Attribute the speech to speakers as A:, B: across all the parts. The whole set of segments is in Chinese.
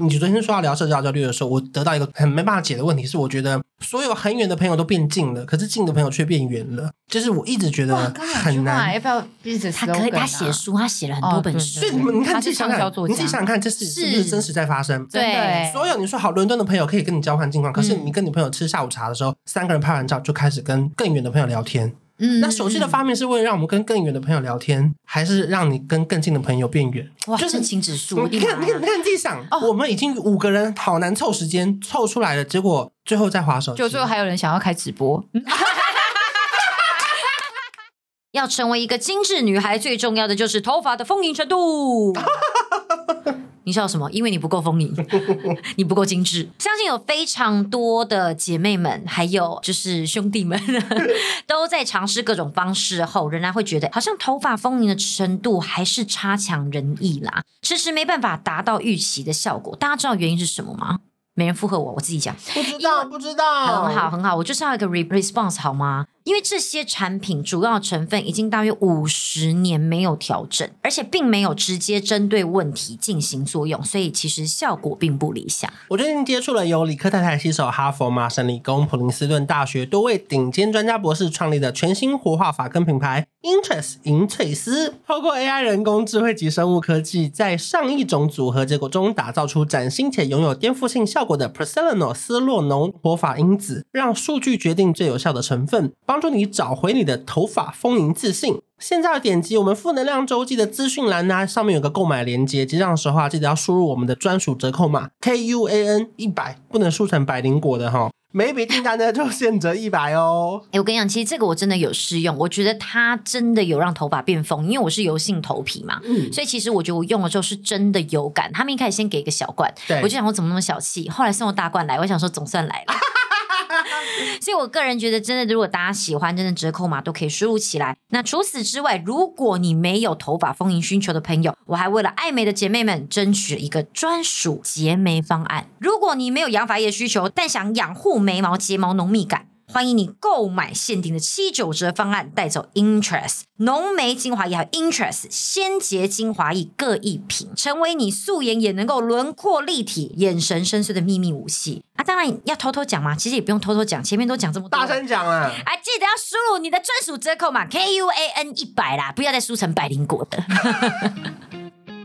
A: 你昨天说要聊社交焦虑的时候，我得到一个很没办法解的问题，是我觉得所有很远的朋友都变近了，可是近的朋友却变远了，就是我一直觉得
B: 哇，刚刚有
A: 很
B: 句话
A: 难。
B: 要不要一直
C: 他可
A: 啊
C: 以，他写书，他写了很多
B: 哦
C: 本
B: 对
C: 书
A: 所以，你们你看
B: 他
A: 你
B: 是
A: 自己想
B: 畅销
A: 想
B: 作，
A: 你
B: 家
A: 自己想想看，这是是不是
C: 是
A: 真实在发生？
C: 对
B: 对
A: 所有你说好，伦敦的朋友可以跟你交换近况，可是
C: 嗯
A: 你跟你朋友吃下午茶的时候，三个人拍完照就开始跟更远的朋友聊天。
C: 嗯
A: 那手机的发明是为了让我们跟更远的朋友聊天，还是让你跟更近的朋友变远？
C: 哇，
A: 就是
C: 真情指数，
A: 你看，你看，你看，你自己想，
B: 哦
A: 我们已经五个人好难凑时间，凑出来了，结果最后再划手机，
B: 就最后还有人想要开直播，
C: 嗯要成为一个精致女孩，最重要的就是头发的丰盈程度。你笑什么？因为你不 够丰盈，你不够精致。相信有非常多的姐妹们，还有就是兄弟 们，都在尝试各种方式后，仍然会觉得好像头发丰盈的程度还是差强人意啦，迟迟没办法达到预期的效果。大家知道原因是什么吗？没人附和我，我自己讲。
A: 不知道，不知道，
C: 很好，。很好，我就是要一个 re- response 好吗？因为这些产品主要成分已经大约五十年没有调整，而且并没有直接针对问题进行作用，所以其实效果并不理想。
A: 我最近接触了由理科太太携手哈佛、麻省理工、普林斯顿大学多位顶尖专家博士创立的全新活化法根品牌 Interest 银翠丝，透过 AI 人工智慧及生物科技，在上亿种组合结果中打造出崭新且拥有颠覆性效果的 p r e s e l a n o 斯洛农活法因子，让数据决定最有效的成分，帮助你找回你的头发丰盈自信。现在要点击我们负能量周记的资讯栏呢、上面有个购买链接，结账的时候啊，记得要输入我们的专属折扣码 K U A N 一百，不能输成百灵果的哈。每一笔订单呢就现折一百哦。
C: 哎，我跟你讲，其实这个我真的有试用，我觉得它真的有让头发变丰，因为我是油性头皮嘛，
A: 嗯，
C: 所以其实我觉得我用了之后是真的有感。他们一开始先给一个小罐，
A: 对，
C: 我就想我怎么那么小气，后来送我大罐来，我想说总算来了。所以，我个人觉得，真的，如果大家喜欢，真的折扣码都可以输入起来。那除此之外，如果你没有头发丰盈需求的朋友，我还为了爱美的姐妹们争取了一个专属洁眉方案。如果你没有养发液需求，但想养护眉毛、睫毛浓密感。欢迎你购买限定的七九折方案，带走 Interest 浓眉精华液还有 Interest 纤洁精华液各一瓶，成为你素颜也能够轮廓立体、眼神深邃的秘密武器啊！当然要偷偷讲嘛，其实也不用偷偷讲，前面都讲这么多了，
A: 大声讲啊！
C: 啊，记得要输入你的专属折扣码 K U A N 一百啦，不要再输成百灵果的。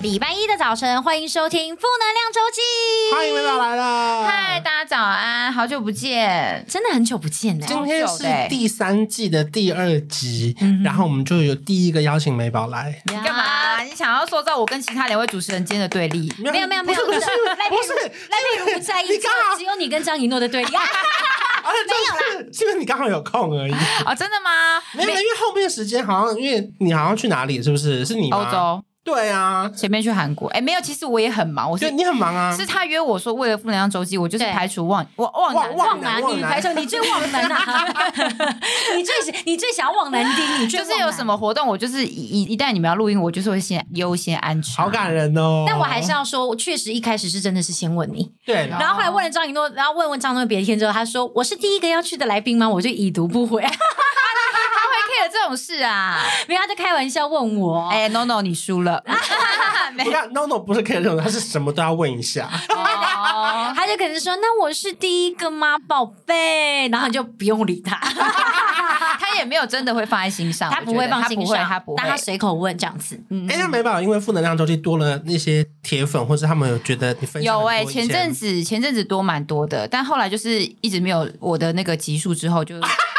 C: 礼拜一的早晨，欢迎收听《负能量周记
A: 欢迎薇爸来了，
B: 嗨，大家早安，好久不见》，，
C: 真的很久不见呢、
A: 今天是第三季的第二集，
C: 嗯
A: 然后我们就有第一个邀请美宝来。
C: 你
B: 你干嘛？？你想要塑造我跟其他两位主持人间的对立？
C: 没有没有没有，
A: 不是不是
C: 赖
A: 不
C: 佩
A: 是
C: 如，赖佩如不在意，
A: 你
C: 只
A: 干嘛
C: 有只有你跟张一诺的对 立。啊
A: 而且这是是因为你刚好有空而已。
B: 哦，真的吗？
A: 没有，因为后面时间好像，因为你好像去哪里？是不是？是你吗
B: 欧？洲
A: 对啊，
B: 前面去韩国，哎，没有，其实我也很忙，我
A: 对
B: 是
A: 你很忙啊。
B: 是他约我说为了负能量周记，我就是
C: 对
B: 排除忘我忘
A: 忘
B: 男
A: 忘
C: 忘男
A: 忘
C: 女
A: 男
C: 排球，你最忘男 啊！你最你最想要忘男丁，你最
B: 就
C: 忘
B: 是
C: 男
B: 有什？么活动，我就是一一旦你们要录音，我就是会先优先安插。
A: 好感人哦。
C: 但我还是要说，我确实一开始是真的是先问你，
A: 对啦
C: 然后后来问了张一诺，然后问问张一诺别天之后，他说我是第一个要去的来宾吗？我就已读不回，
B: 他会 care 这种事啊？
C: 没有他就开玩笑问我，
B: 哎、n o No，你输了。没
A: 你看，no no 不是 K 这种，他是什么都要问一下。
D: 啊
B: 哦，
C: 他就可能说那我是第一个吗，宝贝？然后你就不用理 他，
B: 他也没有真的会放在心上，
C: 他
B: 我
C: 不
B: 觉
C: 会
B: 得
C: 放心上，
B: 他不会，
C: 但
B: 他
C: 他
B: 不会。
C: 随口问这样子。
B: 嗯
A: 哎，那美宝因为负能量周期多了那些铁粉，或者他们有觉得你分享
B: 有
A: 哎、
B: 哎、前阵子前阵子多蛮多的，但后来就是一直没有我的那个集数之后，就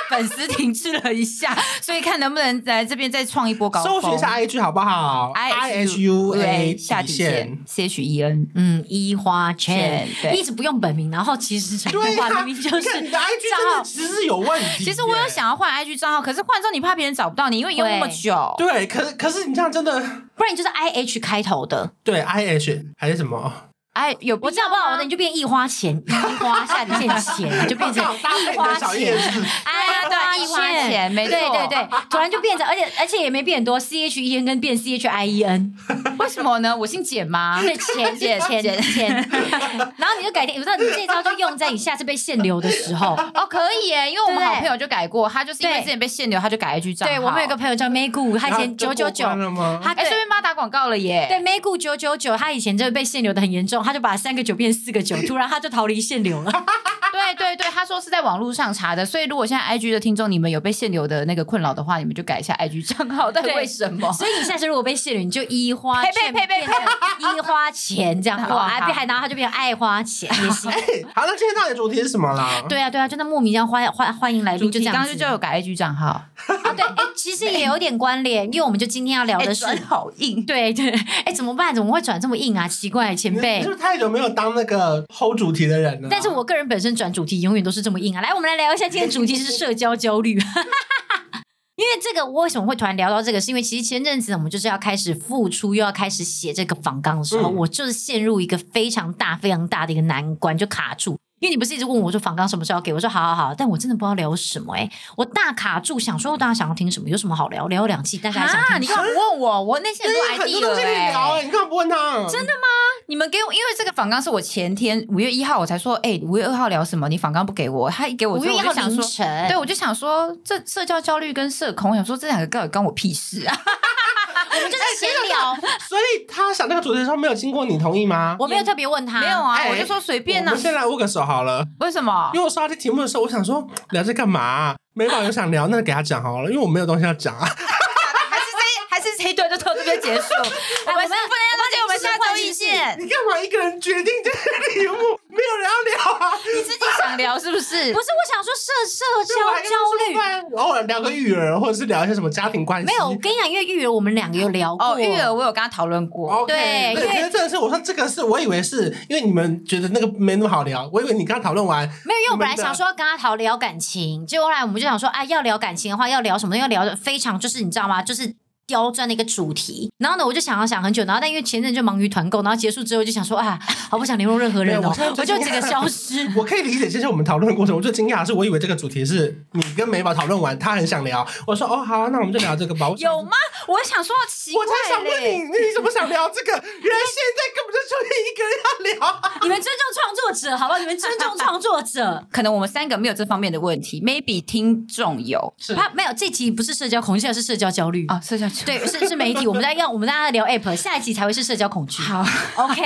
B: 粉丝停滞了一下， 所以看能不能来这边再创一波高峰。
A: 搜寻一下 IG 好不好
B: I
A: H U A
B: 下
A: 底
B: 底
A: 线
B: 线。C H E N，
C: 嗯，一花圈
B: Chen，对
C: 一直不用本名，然后其实陈
A: 对
C: 一 花
A: 呀、
C: 明明就
A: 你
C: 是
A: 看你的 IG 真
C: 账
A: 的
C: 号
A: 其实是有问题。
B: 其实我有，想要换 IG 账号，可是换之后你怕别人找不到你，因为用那么
C: 会
B: 久。
A: 对，可是可是你这样真的
C: 不然就是 I H 开头的，
A: 对 I H 还是什么
B: 哎，有必
D: 我这样不
B: 要
D: 好，
B: 吗
D: 那你就变一花钱，一花下你见钱，你就变 成一花
A: 小夜
D: 钱。
A: 市，
D: 哎
B: 对啊一花钱没错
D: 对对对，突然就变成，而且而且也没变很多，C H E N 跟变 C H I E N，
B: 为什么呢？我姓简吗？
D: 对钱
B: 姐
D: 啊钱
B: 姐
D: 钱钱，然后你就改天，我知道你这一招就用在你下次被限流的时候。
B: 哦，可以 耶，因为我们
D: 对不对
B: 好朋友就改过，他就是因为
D: 对
B: 之前被限流，他就改了一句账号。
D: 对我们有个朋友叫 May Gu，他以前九九九
A: 啊然后就过关，了吗？
D: 他
B: 哎，
D: 对
B: 顺便帮他打广告了耶。
D: 对 May Gu 九九九，他以前就是被限流的很严重，他就把三个九变四个九，突然他就逃离限 流了。
B: 对对对，他说是在网络上查的，所以如果现在 IG 的听众你们有被限流的那个困扰的话，你们就改一下 IG 账号。但
D: 对
B: 为什么？
D: 所以你下次如果被限流，你就一花
B: 呸
D: 钱
B: 呸呸呸
D: 变成一花钱这 样
B: 好
D: 哇，
B: 好
D: 还还然后他就变成爱花钱也行。
A: 哎，好，那今天到底主题是什么啦？
D: 对啊对啊，就那莫名这样欢欢欢迎来
B: 哦主
D: 宾就
B: 题
D: 这
B: 刚
D: 样
B: 刚
D: 子。
B: 就就有改 IG 账号，
D: 啊对，哎其实也有点关联，因为我们就今天要聊的是。
B: 哎好硬。
D: 对对，哎，怎么办？怎么会转这么硬啊？奇怪，前
A: 你
D: 辈
A: 你是。不是太久没有当那个 hold 主题的人了？
D: 但是我个人本身转主题永远都是这么硬啊。来，我们来聊一下今天主题是社交焦虑。 因为这个我为什么会突然聊到这个，是因为其实前阵子我们就是要开始付出，又要开始写这个访纲的时候，
A: 嗯
D: 我就是陷入一个非常大、非常大的一个难关，就卡住。因为你不是一直问我说访纲什么时候要给？我说好好好，但我真的不知道聊什么哎、我大卡住，想说大家想要听什么，有什么好聊？聊两期，大家还想
B: 啊！
D: 听
B: 你
D: 什
B: 干
D: 么？
B: 嘛不问我？我那些
A: 对
B: 很多
A: 很
B: ID
A: 多东
B: 了
A: 西可以聊
B: 哎、
A: 哎，你干嘛不问他？真的吗？
B: 你们给我，因为这个访纲是我前天五月一号我才说，哎、五月二号聊什么？你访纲不给我，他一给我
D: 五
B: 之
D: 月
B: 后，
D: 一
B: 我
D: 号
B: 就想
D: 凌
B: 说，
D: 晨，
B: 对，我就想说，这社交焦虑跟社恐，我想说这两个到底关我屁事啊？
D: 我们就是闲哎聊，
A: 所以他想那个主题的时候没有经过你同意吗？
D: 我没有特别问他，
B: 没有啊，
A: 哎
B: 我就说随便
A: 我
B: 啊
A: 们，先来握个手好了。
B: 为什么
A: 因？为我刷到这题目的时候，我想说聊这干嘛啊、美宝有想聊，那给他讲好了，因为我没有东西要讲啊。
B: 还是这还是这一段就到这边结束。我
D: 哎我们
B: 们是不能让大家，我们下周一见。
A: 你干嘛一个人决定这个题 目？没有人要聊啊！
B: 你自己想聊是不是
D: 不？是，我想说社社
A: 对我还跟
D: 交焦虑。
A: 他说，不然偶尔聊个育儿，或者是聊一些什么家庭关系。
D: 没有，我跟你讲，因为育儿我们两个有聊过，
B: 哦，育儿我有跟他讨论过，
A: OK，
D: 对
A: 哦对，
D: 因为
A: 可是真的是，我说这个是我以为是因为你们觉得那个没那么好聊，我以为你刚讨论完，
D: 没有，因为我本来
A: 你们的
D: 想说要跟他聊聊感情，结果后来我们就想说，啊，要聊感情的话，要聊什么？要聊的非常就是你知道吗？就是。刁钻的一个主题，然后呢，我就想要想很久，然后但因为前阵就忙于团购，然后结束之后就想说啊，我不想联络任何人
A: 没有
D: 哦
A: 我现在，
D: 我
A: 最
D: 就
A: 近
D: 整个 消失。
A: 我可以理解这些我们讨论的过程。我最惊讶的是，我以为这个主题是你跟美宝讨论完，她很想聊，我说哦好啊、那我们就聊这个吧。我想
B: 有吗？我想说奇
A: 我才想
B: 怪
A: 问你，
B: 嘞，
A: 你怎么想聊这个？原来现在根本就只有一个人要聊。啊
D: 你们尊重创作者，好不好？你们尊重创作 者。
B: 可能我们三个没有这方面的问题，maybe 听众有
A: 是
D: 他没有这集不是社交恐惧，而是社交焦虑。
B: 啊，社交焦虑。
D: 对，是是媒体，我们在要我们大家在聊 app，下一集才会是社交恐惧。
B: 好，
D: OK，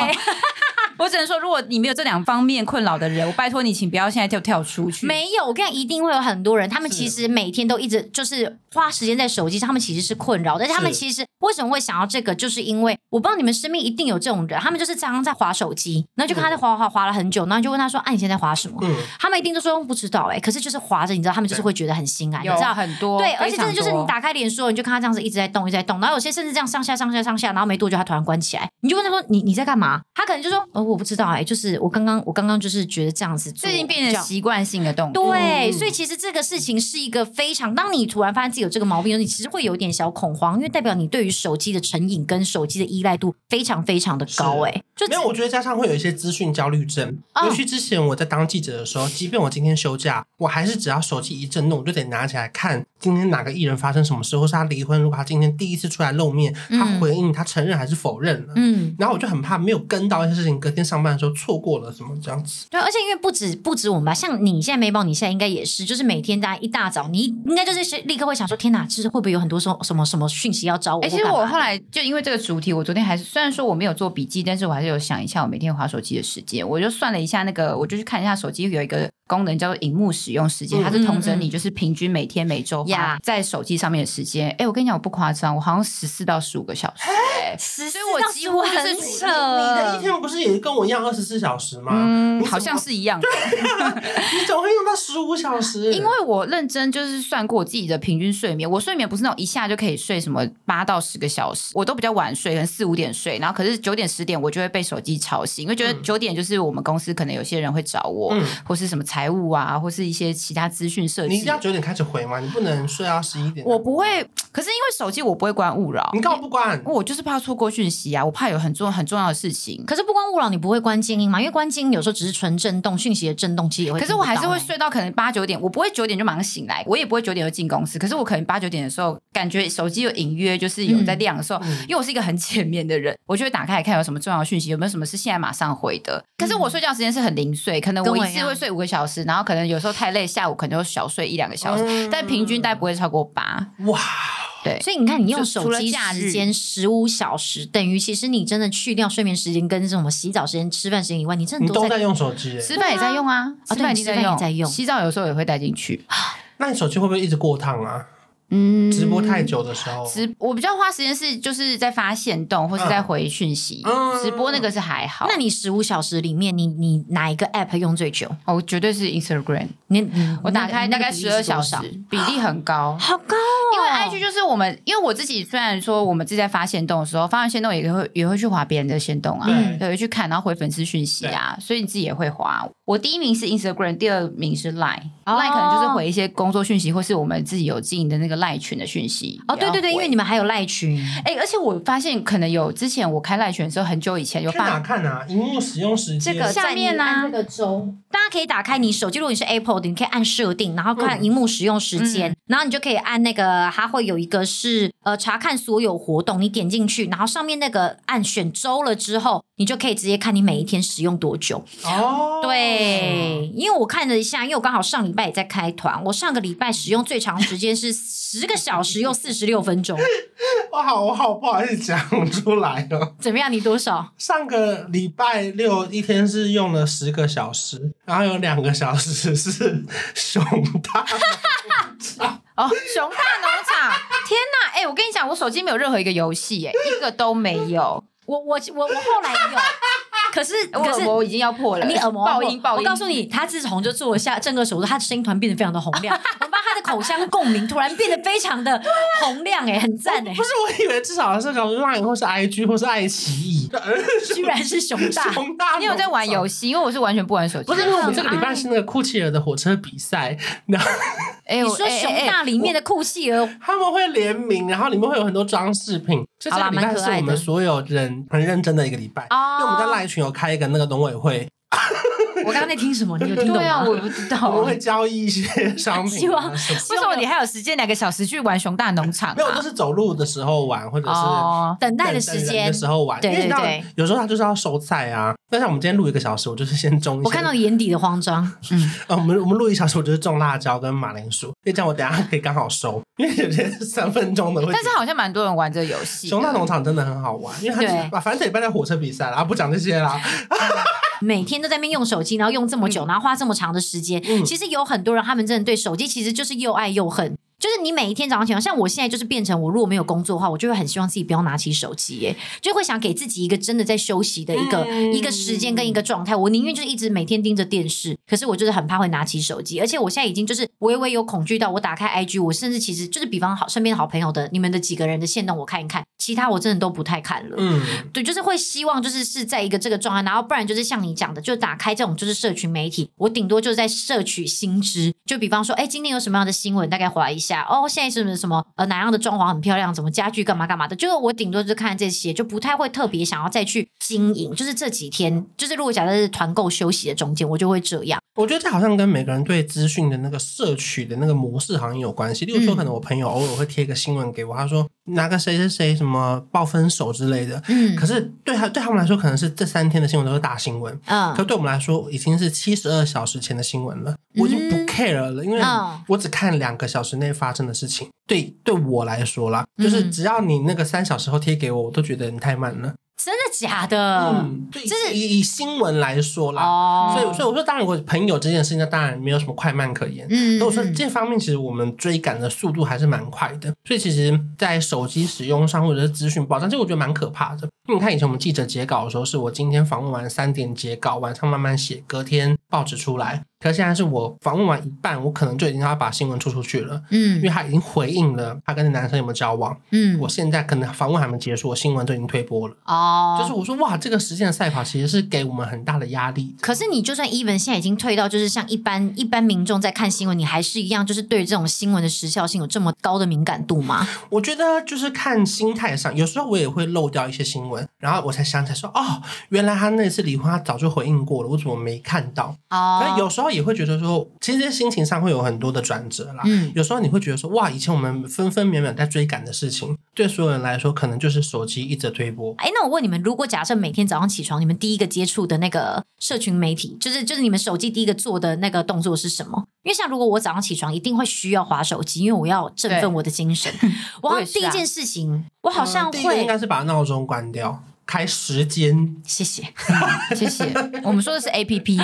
B: 我只能说，如果你没有这两方面困扰的人，我拜托你，请不要现在就跳出去。
D: 没有，我跟你讲，一定会有很多人，他们
A: 是
D: 其实每天都一直就是花时间在手机上，他们其实是困扰的，但是他们
A: 是
D: 其实为什么会想要这个，就是因为我不知道你们身边一定有这种人，他们就是常常在划手机，然后就看他在划划划了很久，然后你就问他说：“啊，你现在在划什么？”
A: 嗯，
D: 他们一定都说不知道哎、可是就是划着，你知道，他们就是会觉得很心安，你
B: 有
D: 知道。
B: 很多，
D: 对，而且
B: 哦非常
D: 真的就是你
B: 多
D: 打开脸书，你就看他这样子一直在动，一直在动，然后有些甚至这样上下上下上下，然后没多久他突然关起来，你就问他说你你在干嘛？他可能就说呃我不知道哎、就是我刚刚我刚刚就是觉得这样子做
B: 最近变
D: 比
B: 成
D: 较
B: 习惯性的动作。
D: 对，所以其实这个事情是一个非常，当你突然发现自己有这个毛病的时候，你其实会有一点小恐慌，因为代表你对于手机的成瘾跟手机的依赖度非常非常的高、
A: 是
D: 哎，就
A: 没有，我觉得加上会有一些资讯焦虑症，
D: 哦
A: 尤其之前我在当记者的时候，即便我今天休假，我还是只要手机一震动，我就得拿起来看今天哪个艺人发生什么事，或是他离婚，如果他今天第一次出来露面，他
D: 嗯
A: 回应他承认还是否认了。
D: 嗯。
A: 然后我就很怕没有跟到一些事情，隔天上班的时候错过了什么这样子。
D: 对，啊而且因为不止不止我们吧，像你现在美宝，你现在应该也是，就是每天大家一大早，你应该就是立刻会想说，天哪，就是会不会有很多什么什么什么讯息要找我？
B: 哎、其实
D: 或干嘛
B: 我后来就因为这个主题，我昨天还是虽然说我没有做笔记，但是我还是有想一下我每天划手机的时间。我就算了一下那个，我就去看一下手机有一个功能叫做荧幕使用时间，
A: 嗯
B: 它是统整
D: 嗯
B: 你就是平均每天每周花
D: 呀
B: 在手机上面的时间。哎、我跟你讲，我不夸张，我好像十四到十五个小时、哎，
D: 14
B: 所以我
D: 到
B: 几乎就是处
D: 15很
B: 于
D: 扯
A: 你的一天不是也跟我一样二十四小时吗？
B: 嗯，
A: 你怎么
B: 好像是一样的。
A: 你总会用到十五小时，
B: 因为我认真就是算过我自己的平均睡眠，我睡眠不是那种一下就可以睡什么八到十个小时，我都比较晚睡，可能四五点睡，然后可是九点十点我就会被手机吵醒，因为觉得
A: 嗯
B: 九点就是我们公司可能有些人会找我，
A: 嗯
B: 或是什么财务啊，或是一些其他资讯设
A: 你一
B: 计
A: 定。要九点开始回嘛，你不能睡到十一点。
B: 我不会，可是因为手机我不会关勿扰，
A: 你干嘛不关？
B: 我就是怕错过讯息啊，我怕有很重很重要的事情。
D: 可是不光勿扰，你不会关静音嘛？因为关静音有时候只是纯震动，讯息的震动其实也会
B: 可
D: 听
B: 是
D: 不
B: 我
D: 到啊。
B: 还是会睡到可能八九点，我不会九点就马上醒来，我也不会九点就进公司。可是我可能八九点的时候，感觉手机有隐约就是有在亮的时候，
A: 嗯
B: 因为我是一个很浅面的人，我就会打开来看有什么重要的讯息，有没有什么是现在马上回的。可是
D: 嗯
B: 我睡觉时间是很零碎，可能
D: 跟
B: 我
D: 我
B: 一
D: 一
B: 次
D: 样
B: 会睡五个小时，
D: 啊
B: 然后可能有时候太累，下午可能就小睡一两个小时，
A: 嗯
B: 但平均大概不会超过八。
A: 哇，
B: 对，
D: 所以你看，你用
B: 就
D: 手
B: 除了
D: 机
B: 假日
D: 时间十五小时，等于其实你真的去掉睡眠时间跟什么洗澡时间、吃饭时间以外，你真
A: 你
D: 的
A: 都
D: 都
A: 在用手机耶，
B: 吃饭也在用啊，
D: 啊
B: 吃饭已
D: 对你
B: 经
D: 吃
B: 在
D: 饭也
B: 用，
D: 在用
B: 洗澡有时候也会带进去。
A: 那你手机会不会一直过烫啊？
B: 嗯，
A: 直播太久的时候，
B: 直我比较花时间是就是在发现动或是在回讯息，
A: 嗯
B: 直播那个是还好。
D: 那你十五小时里面，你你哪一个 app 用最久？
B: 哦，我绝对是 Instagram，
D: 你嗯你
B: 我打
D: 那个
B: 开大
D: 那个
B: 概
D: 比例
B: 十
D: 是
B: 二小
D: 多
B: 时
D: 少，
B: 比例很高。
D: 好高哦！
B: 因为 IG 就是我们，因为我自己虽然说我们自己在发现动的时候，发完现动也会也会去划别人的现动啊，
A: 对
B: 对，会去看，然后回粉丝讯息啊，所以你自己也会划。我第一名是 Instagram，第二名是 Line，Line、
D: 哦
B: 可能就是回一些工作讯息，或是我们自己有经营的那个 Line 群的讯息。
D: 哦，对对对，
B: 也要
D: 因
B: 回
D: 为你们还有赖群，
B: 哎、而且我发现可能有之前我开赖群的时候，很久以前有
A: 去哪
B: 发，
A: 看啊？荧幕使用时间
D: 这个
B: 下
D: 在你
B: 面啊
D: 按这个轴，大家可以打开你手机，如果你是 Apple 的，你可以按设定，然后看
A: 嗯
D: 荧幕使用时间，
B: 嗯
D: 然后你就可以按那个，它会有一个是呃查看所有活动，你点进去，然后上面那个按选周了之后，你就可以直接看你每一天使用多久。
A: 哦，
D: 对，因为我看了一下，因为我刚好上礼拜也在开团，我上个礼拜使用最长时间是十个小时又四十六分钟，
A: 我好，我好不好意思讲出来哦。
D: 怎么样？你多少？
A: 上个礼拜六一天是用了十个小时，然后有两个小时是熊大，
B: 哦，熊大农场，天哪！哎、我跟你讲，我手机没有任何一个游戏，哎，一个都没有。
D: 我我我我后来有，可是
B: 我
D: 可是
B: 我已经要破了，
D: 你耳膜
B: 爆音爆音！
D: 我告诉你，他自从就做了下正颌手术，他的声音突然变得非常的洪亮，我们把他的口腔共鸣突然变得非常的洪亮、哎，很赞 哎、
A: 不是我以为至少是个 Line 或是 IG 或是爱奇艺，
D: 居然是熊大。
A: 熊大，
B: 你有在玩游
A: 戏？
B: 戏？因为我是完全不玩手机。
A: 不是，因为我们这个礼拜是那个库奇尔的火车比赛，然后
B: 哎、
D: 你
B: 我
D: 说熊大里面的酷戏儿，
A: 他们会联名，然后里面会有很多装饰品。所以这个
D: 好啦
A: 礼拜
D: 蛮可
A: 是
D: 爱的
A: 我们所有人很认真的一个礼拜，
D: 哦
A: 因为我们在赖群有开一个那个农委会，
D: 我刚刚在听什么？你有听懂吗？
B: 对啊，我不知道。
A: 我们会
B: 为
A: 交易一些商
D: 希
A: 品啊
D: 望
A: 什么。
B: 什么你还有时间两个小时去玩熊大农场、啊？
A: 没有，就是走路的时候玩，或者是
B: 哦，
D: 等
A: 等
D: 待的
A: 等
D: 时
A: 人
D: 间
A: 的，时候玩，
D: 对
A: 因为你知道
D: 对对
A: 有时候他就是要收菜啊。那像我们今天录一个小时，我就是先种一些。
D: 我看到你眼底的慌张。
A: 呃，我们我们录一小时，我就是种辣椒跟马铃薯，因为这样我等一下可以刚好收。因为有些是三分钟的会。
B: 但是好像啊蛮多人玩这个游戏的。
A: 熊大农场真的很好玩，因为它
D: 对
A: 是啊，反正这礼拜在火车比赛啦，不讲这些啦。
D: 每天都在那边用手机，然后用这么久，然后花这么长的时间。
A: 嗯
D: 其实有很多人，他们真的对手机其实就是又爱又恨。就是你每一天早上起床，像我现在就是变成我如果没有工作的话，我就会很希望自己不要拿起手机，耶，就会想给自己一个真的在休息的一个、
A: 嗯
D: 一个时间跟一个状态。我宁愿就是一直每天盯着电视，可是我就是很怕会拿起手机，而且我现在已经就是微微有恐惧到我打开 IG，我甚至其实就是比方好身边的好朋友的你们的几个人的线动我看一看，其他我真的都不太看了。
A: 嗯，
D: 对，就是会希望就是是在一个这个状态，然后不然就是像你讲的，就打开这种就是社群媒体，我顶多就是在摄取新知，就比方说，哎，今天有什么样的新闻，大概划一下，哦，现在是什么什么呃哪样的装潢很漂亮，怎么家具干嘛干嘛的，就是我顶多就是看这些，就不太会特别想要再去经营，就是这几天，就是如果假设是团购休息的中间，我就会这样，
A: 我觉得这好像跟每个人对资讯的那个摄取的那个模式好像有关系。例如说，
D: 嗯
A: 可能我朋友偶尔会贴一个新闻给我，他说哪个谁谁谁什么爆分手之类的，
D: 嗯
A: 可是对他对他们来说，可能是这三天的新闻都是大新闻。可
D: 嗯，
A: 对我们来说，已经是七十二小时前的新闻了，我已经不 care 了，因为
D: 嗯
A: 我只看两个小时内发生的事情。对，对我来说啦，
D: 嗯
A: 就是只要你那个三小时后贴给我，我都觉得你太慢了。
D: 真的假的？
A: 嗯，对，
D: 就是
A: 以以新闻来说啦，
D: 哦，
A: 所以所以我说，当然我朋友这件事情，那当然没有什么快慢可言。
D: 嗯，
A: 所以我说
D: 嗯
A: 这方面，其实我们追赶的速度还是蛮快的。所以其实，在手机使用上或者是资讯爆炸，这个我觉得蛮可怕的。嗯因为你看以前我们记者截稿的时候，是我今天访问完三点截稿，晚上慢慢写，隔天报纸出来。可现在是我访问完一半，我可能就已经要把新闻出出去了，因为
B: 嗯
A: 他已经回应了他跟那男生有没有交往。
B: 嗯，
A: 我现在可能访问还没结束，我新闻都已经推播了。
B: 哦，
A: 就是我说哇，这个实践的赛跑其实是给我们很大的压力。
D: 可是你就算 even 现在已经退到，就是像一般一般民众在看新闻，你还是一样，就是对这种新闻的时效性有这么高的敏感度吗？
A: 我觉得就是看心态上，有时候我也会漏掉一些新闻，然后我才想起来说，哦，原来他那次离婚，他早就回应过了，我怎么没看到？
B: 哦
A: 那，有时候也会觉得说，其实心情上会有很多的转折啦。
B: 嗯
A: 有时候你会觉得说，哇，以前我们分分秒秒在追赶的事情，对所有人来说，可能就是手机一直推播。
D: 哎，那我问你们，如果假设每天早上起床，你们第一个接触的那个社群媒体，就是就是你们手机第一个做的那个动作是什么？因为像如果我早上起床一定会需要划手机，因为我要振
B: 对
D: 奋我的 精神。我好
B: 我也
D: 像
B: 是
D: 第
B: 啊
D: 一件事情，我好像
A: 嗯第一个
D: 会、
A: 应该是把闹钟关掉，开时间，
D: 谢谢，
B: 谢谢。我们说的是 A P P，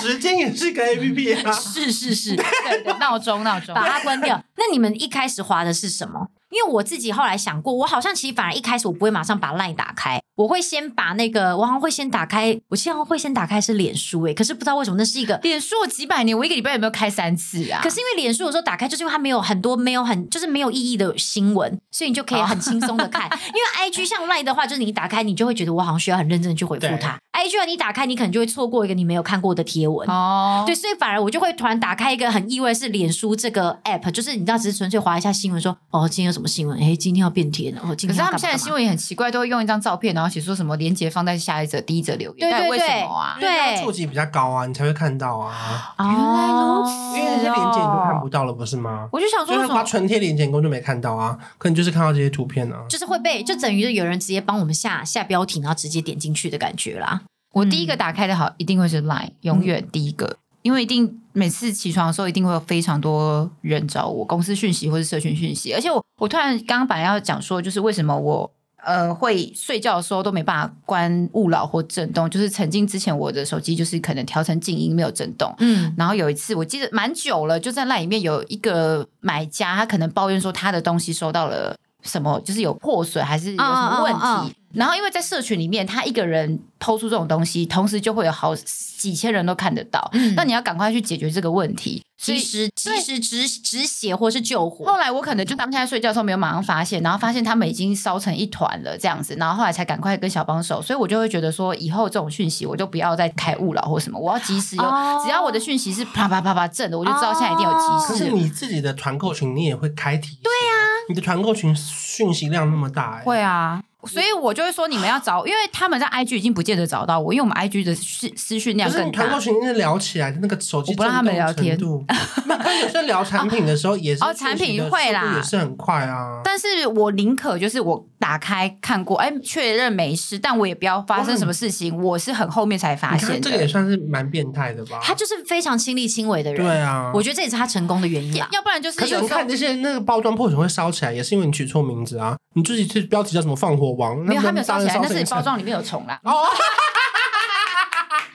A: 时间也是个 A P P 啊。
D: 是是是，
B: 对对，闹钟闹钟，
D: 把它关掉。那你们一开始划的是什么？因为我自己后来想过，我好像其实反而一开始我不会马上把 LINE 打开，我会先把那个，我好像会先打开，我现在会先打开是脸书欸诶、可是不知道为什么那是 一个
B: 脸书我几百年，我一个礼拜有没有开三次啊？
D: 可是因为脸书有时候打开，就是因为它没有很多没有很就是没有意义的新闻，所以你就可以很轻松的看。因为 I G 像 Line 的话，就是你一打开，你就会觉得我好像需要很认真地去回复它。I G 啊，你打开，你可能就会错过一个你没有看过的贴文。
B: 哦，
D: 对，所以反而我就会突然打开一个很意外是脸书这个 app，就是你知道，只是纯粹划一下新闻，说哦，今天有什么新闻？哎，今天要变天了，哦，今
B: 可
D: 天
B: 是
D: 要
B: 他
D: 干嘛
B: 们现在的
D: 干嘛
B: 新闻也很奇怪，都会用一张照片，然后写说什么连接放在下一则、第一则留言，
D: 对对
B: 但为什
D: 对
B: 么啊？哦
A: 因为它
D: 对
A: 触及比较高啊，你才会看到啊。
D: 原来如此
A: 因为那些链接你都看不到了，不是吗？
B: 我就想
A: 就
B: 说，
A: 是
B: 为什么
A: 花纯贴连接，你根本就没看到啊，可能就是看到这些图片啊。
D: 就是会被就等于是有人直接帮我们下下标题，然后直接点进去的感觉啦。
B: 我第一个打开的好一定会是 Line，永远第一个，因为一定每次起床的时候一定会有非常多人找我，公司讯息或是社群讯息。而且我我突然刚刚本来要讲说，就是为什么我呃会睡觉的时候都没办法关勿扰或震动，就是曾经之前我的手机就是可能调成静音没有震动，
D: 嗯，
B: 然后有一次我记得蛮久了，就在那里面有一个买家，他可能抱怨说他的东西收到了什么，就是有破损还是有什么问题。
D: 嗯嗯嗯
B: 然后因为在社群里面，他一个人抛出这种东西，同时就会有好几千人都看得到。
D: 嗯
B: 那你要赶快去解决这个问题。所
D: 及
B: 以哦
D: 时及
B: 对
D: 时止止血或是救火。
B: 后来我可能就当下在睡觉的时候没有马上发现，然后发现他们已经烧成一团了这样子，然后后来才赶快跟小帮手，所以我就会觉得说，以后这种讯息我就不要再开勿扰或什么，我要及时有，
D: 哦
B: 只要我的讯息是啪啪啪啪正的，我就知道现在一定有
A: 可
B: 及
A: 是
B: 时。
A: 你自己的团购群，你也会开提醒啊。对呀、你的团购群讯息量那么大、欸，
B: 会啊，所以我就会说你们要找，因为他们在 IG 已经不见得找到我，因为我们 IG 的私私讯量
A: 可是你
B: 更大
A: 团购。群是聊起来的那个手机
B: 我不让他们聊天
A: 震 动程度那可是有时候聊产品的时候也是
B: 哦产品会啦
A: 讯息的速度也是很快啊。
B: 但是我宁可就是我打开看过，哎，确认没事，但我也不要发生什么事情。我是很后面才发
A: 你
B: 现
A: 看这个也
B: 的，
A: 算是蛮变态的吧？
D: 他就是非常亲力亲为的人。
A: 对啊，
D: 我觉得这也是他成功的原因啦。啊
B: 要不然就是
A: 可是
B: 有
A: 你
B: 时候
A: 看那些那个包装破损会烧起来，也是因为你取错名字啊。你自己去标题叫什么“放火王”，
B: 没有，
A: 那
B: 它没有
A: 当
B: 烧起
A: 然
B: 来，那
A: 成
B: 是
A: 一
B: 包
A: 层
B: 装里面有虫啦。
A: 哦，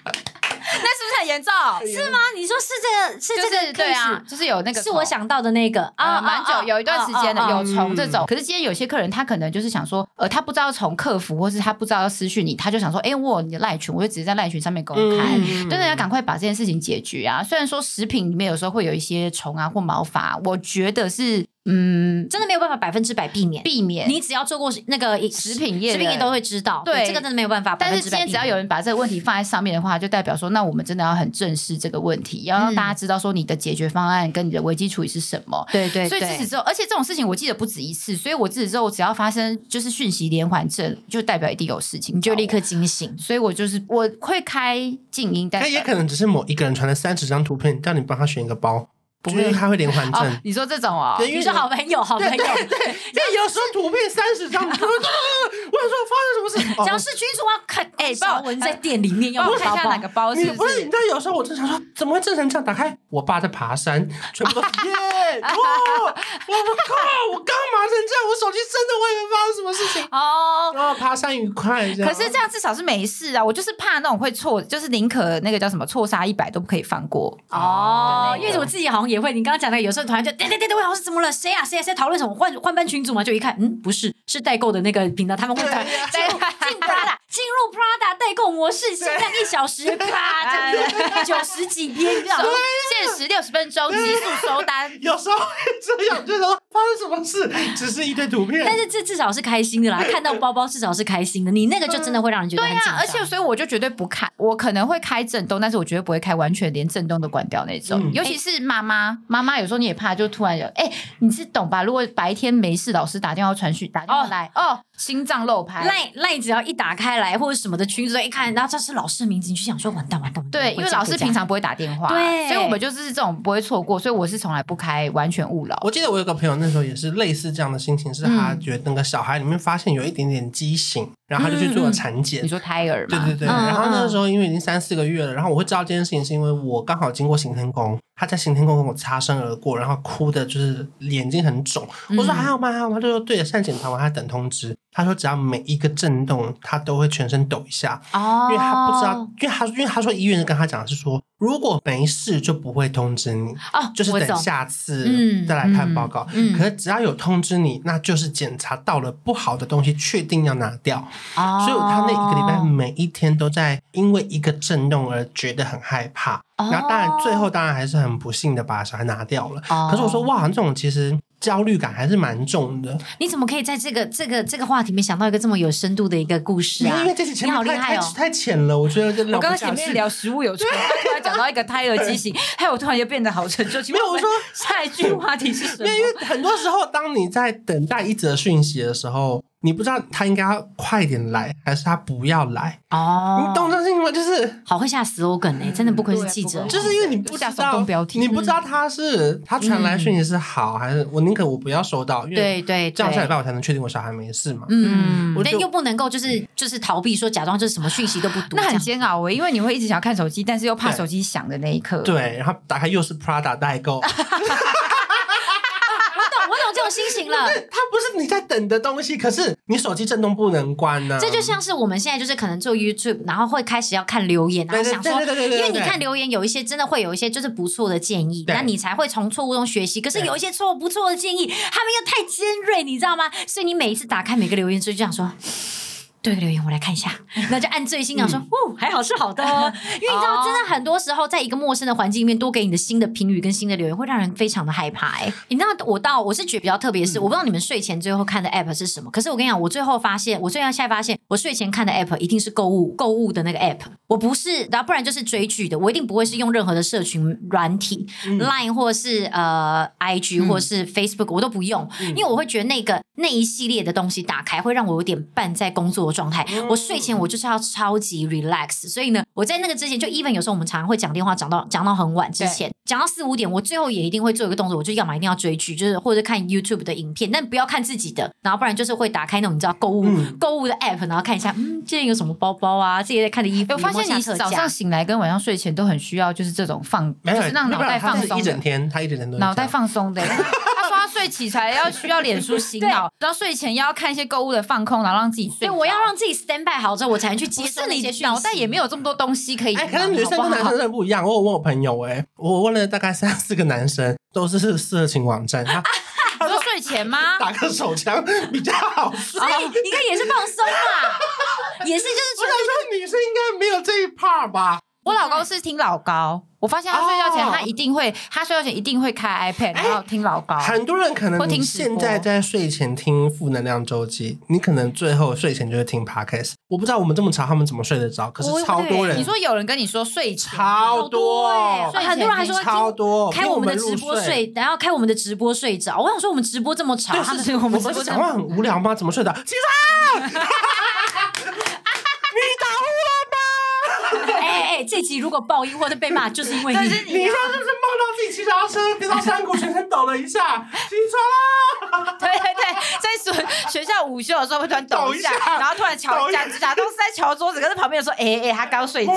B: 那是不是很严重？
A: 是吗？
D: 啊，你说是这个是
B: 就
D: 这
B: 是
D: 个
B: 对啊
D: case，，
B: 就是有那个
D: 是我
B: 虫
D: 想到的那个
B: 啊，
D: 啊，嗯
B: 蛮久，有一段时间的
D: 有。
B: 有虫这种。可是今天有些客人他可能就是想说，呃，他不知道从客服，或是他不知道要私讯你，他就想说，哎，我有你的赖群，我就直接在赖群上面公开。
A: 嗯
B: 真的要赶快把这件事情解决啊！虽然说食品里面有时候会有一些虫啊或毛发，我觉得是嗯
D: 真的没有办法百分之百避免。
B: 避免。
D: 你只要做过那个
B: 食品业的
D: 食品业都会知道。
B: 对
D: 这个真的没有办法百
B: 但
D: 分
B: 是
D: 之
B: 今
D: 百避免。
B: 天只要有人把这个问题放在上面的话，就代表说，那我们真的要很正视这个问题，要
D: 嗯
B: 让大家知道说你的解决方案跟你的危机处理是什么。
D: 对对
B: 所以自此之后，而且这种事情我记得不止一次，所以我自此之后只要发生就是讯息连环症，就代表一定有事情，
D: 你就立刻。惊醒。
B: 所以我就是我会开静音，
D: 哎
B: 但
A: 那也可能只是某一个人传了三十张图片，叫你帮他选一个包，
B: 不
A: 就是
B: 会
A: 他会连环
B: 哦
A: 震，。
B: 你说这种哦，
A: 对因为
D: 啊你说好朋友，好朋友，
A: 这有时候图片三十张，我 说我想说发生什么事？哦
D: 只要是君主要看，哎，
B: 帮我
D: 小文在店里面要
B: 帮我看
D: 包
B: 一下
D: 包
B: 哪个包
A: 你
B: 是
A: 不是你知道，有时候我正常说怎么会正常这样？打开，我爸在爬山，全部都 耶！哇，我我靠，我刚忙成这样，我手机真的我以为发生什么事情。
B: 哦，
A: 然后爬山愉快，这样。
B: 可是这样至少是没事啊，我就是怕那种会错，就是宁可那个叫什么错杀一百都不可以放过。
D: 哦
A: 对那，
D: 因
A: 个
D: 为我自己好像也会，你刚刚讲的，有时候突然就哎对对对对，我好像是怎么了？谁啊谁啊谁讨论什么？换 换班群组嘛，就一看，嗯，不是，是代购的那个频道，他们会
A: 对
D: 在
A: 呀
D: 进入进 Prada 进入 Prada 代购狗模式限量一小 时，咔，这九十几篇，
B: 手限时六十分钟，
D: 啊
B: 急速收单。
A: 有时候会这样，就说发生什么事，只是一堆图片。
D: 但是这至少是开心的啦，看到包包至少是开心的，你那个就真的会让人觉得
B: 对
D: 很
B: 呀、
D: 紧张。
B: 而且所以我就绝对不开，我可能会开震动，但是我绝对不会开完全连震动都关掉那种。
A: 嗯
B: 尤其是妈妈，妈妈有时候你也怕，就突然有，哎、你是懂吧？如果白天没事，老师打电话传讯，打电话来，哦，心脏漏拍，
D: 赖赖只要一打开来或者什么的群组一看，然后这是老师的名字，你就想说完蛋完蛋完蛋。
B: 对，因为老师平常不会打电话，
D: 对
B: 所以我们就是这种不会错过，所以我是从来不开完全勿扰。
A: 我记得我有个朋友那时候也是类似这样的心情，是他觉得那个小孩里面发现有一点点畸形，然后他就去做了产检
B: 你。说胎儿
A: 对
B: 嘛，
A: 对对，
D: 嗯
A: 然后那个时候因为已经三四个月了，然后我会知道这件事情是因为我刚好经过行天宫，他在行天宫跟我擦身而过，然后哭的就是眼睛很肿。我
D: 嗯
A: 说还好吗？还好吗？他就说对了，现在检查完，他等通知。他说只要每一个震动，他都会全身抖一下，
B: 哦
A: 因
D: 嗯
A: 为他不知
D: 哦
A: 道，因为他因为他说医院跟他讲的是说，如果没事就不会通知你，
D: 哦，
A: 就是
D: 我
A: 等
D: 懂
A: 下次
D: 嗯
A: 再来看报告。
D: 嗯嗯
A: 可是只要有通知你，那就是检查到了不好的东西，确定要拿掉。
D: 哦
A: 所以他那一个礼拜每一天都在因为一个震动而觉得很害怕。
D: 哦
A: 然后当然最后当然还是很不幸的把小孩拿掉了。
D: 哦
A: 可是我说哇，这种其实焦虑感还是蛮重的。
D: 你怎么可以在这个这个这个话题里面想到一个这么有深度的一个故事啊
A: 因为？这期前
D: 你好
A: 面
D: 厉
A: 太
D: 害
A: 太
D: 哦
A: 太浅了，我觉得这聊
B: 我刚
A: 不
B: 刚
A: 下
B: 前面
A: 去。
B: 聊食物有错，他突然讲到一个胎儿 畸形，害我突然就变得好沉重。请
A: 没
B: 问
A: 有我
B: 们
A: 说
B: 下一句话题是
A: 因
B: 什么
A: 为？因为很多时候，当你在等待一则讯息的时候，你不知道他应该要快点来，还是他不要来。
D: 哦，
A: 你懂这事情吗？就是
D: 好会下 slogan 哎、真的不愧是记者
B: 对不愧，
A: 就是因为你嗯啊不知
B: 下手
A: 道
B: 动标，题
A: 你不知道他是他传来讯息是好还是我宁可我不要收到，因为
D: 对对
A: 这样下礼
D: 对。
A: 拜我才能确定我小孩没事嘛。
D: 嗯
A: 我，就
D: 但又不能够就是就是逃避说假装就是什么讯息都不读，
B: 那
D: 这
B: 很
D: 样
B: 煎熬欸诶、因为你会一直想要看手机，但是又怕
A: 对
B: 手机响的那一刻。，
A: 对，然后打开又是 Prada 代 购，它
D: 我懂我懂这种心 情了。
A: 嗯不是你在等的东西，可是你手机震动不能关啊呢、
D: 这就像是我们现在就是可能做 YouTube，然后会开始要看留言，
A: 对
D: 然后
A: 对
D: 想说，
A: 对对对对对
D: 因为你
A: 对
D: 看留言有一些真的会有一些就是不错的建议，
A: 对
D: 那你才会从错误中学习。可是
A: 对
D: 有一些错误不错的建议，他们又太尖锐，你知道吗？所以你每一次打开每个留言之后，就想说。 对个留言，我来看一下，然后就按最
A: 嗯
D: 新，想说，哦，还好是好的哦，因为你知道，
B: 哦
D: 真的很多时候，在一个陌生的环境里面，多给你的新的评语跟新的留言，会让人非常的害怕、欸。哎，你知道，我到我是觉得比较特别是，我不知道你们睡前最后看的 app 是什么，可是我跟你讲，我最后发现，我最后现在发现，我睡前看的 app 一定是购物购物的那个 app，我不是，然后不然就是追剧的，我一定不会是用任何的社群软体、l
B: 嗯
D: i n e 或是呃 IG 或是 Facebook，我都不用，
B: 嗯
D: 因为我会觉得那个那一系列的东西打开会让我有点半在工作的状态。
B: 哦
D: 我睡前我就是要超级 relax，所以呢，我在那个之前就 even 有时候我们常常会讲电话讲到讲到很晚之前，讲到四五点，我最后也一定会做一个动作，我就要么一定要追剧，就是或者看 YouTube 的影片，但不要看自己的，然后不然就是会打开那种你知道购物、
A: 嗯
D: 购物的 app，然后看一下，嗯，这里有什么包包啊，这里在看的衣服，
B: 哎我发现
D: 有没
B: 你
D: 有下特价
B: 早上醒来跟晚上睡前都很需要，就是这种放，
A: 没有，
B: 就是让
A: 没
B: 脑
A: 有
B: 袋
A: 他
B: 放
A: 是
B: 松
A: 一整
B: 的。
A: 天，他一整天都是
B: 脑
A: 这
B: 袋
A: 样
B: 放松的、 他说他睡起才要需要脸书洗脑，然后睡前要看一些购物的放空，然后让自己睡
D: 对，
B: 着。
D: 我要让自己 stand by 好之后，我才能去接
B: 不
D: 受
B: 是
D: 那些
B: 你
D: 讯息
B: 脑袋也没有这么多东西可以忙。
A: 哎，可是女生
B: 好
A: 跟
B: 不
A: 男
B: 好
A: 生真的不一样。我有问我朋友、哎，我问了大概三四个男生，都是色情网站， 他
B: 你说睡前 吗？
A: 打个手枪比较好睡。
D: 所以你看也是放松嘛，也是就是
A: 我想说女生应该没有这一 part 吧？
B: 我老公是听老高，我发现他睡觉前他一定会，他睡觉前一定会开
A: 哦
B: iPad，然后听老高。
A: 很多人可能
B: 或
A: 你
B: 听直
A: 现
B: 播
A: 在在睡前听负能量周记，你可能最后睡前就会听 podcast。我不知道我们这么吵，他们怎么睡得着？可
D: 我
A: 是
D: 也
A: 超
D: 不
A: 多
D: 对
A: 人，
B: 你说有人跟你说睡前，
A: 超
D: 好多欸
A: 多
B: 所，以
D: 很多人还说
A: 超多，
D: 开
A: 比
D: 我
A: 我
D: 们的
A: 入
D: 直播
A: 睡。
D: 睡，然后开我们的直播睡着。我想说，我们直播这么吵，
A: 对，
D: 他们
A: 是
D: 我
A: 我
D: 们
A: 们
D: 直播
A: 是
D: 这
A: 讲
D: 么
A: 话很无聊吗？怎么睡的？起床！你打呼了吗？
D: 哎哎，这集如果爆音或者被骂，就是因为
B: 但
D: 你。
B: 是
A: 你
B: 你
A: 现在是不是梦到自己骑脚踏车跌到山谷，全身抖了一下？啊起床啦！
B: 对对对，在学学校午休的时候会突然抖一下
A: 抖一，下
B: 然后突然
A: 抖
B: 瞧
A: 一下
B: 假假装是在瞧桌子，可是旁边有说，哎、哎、他刚 睡着，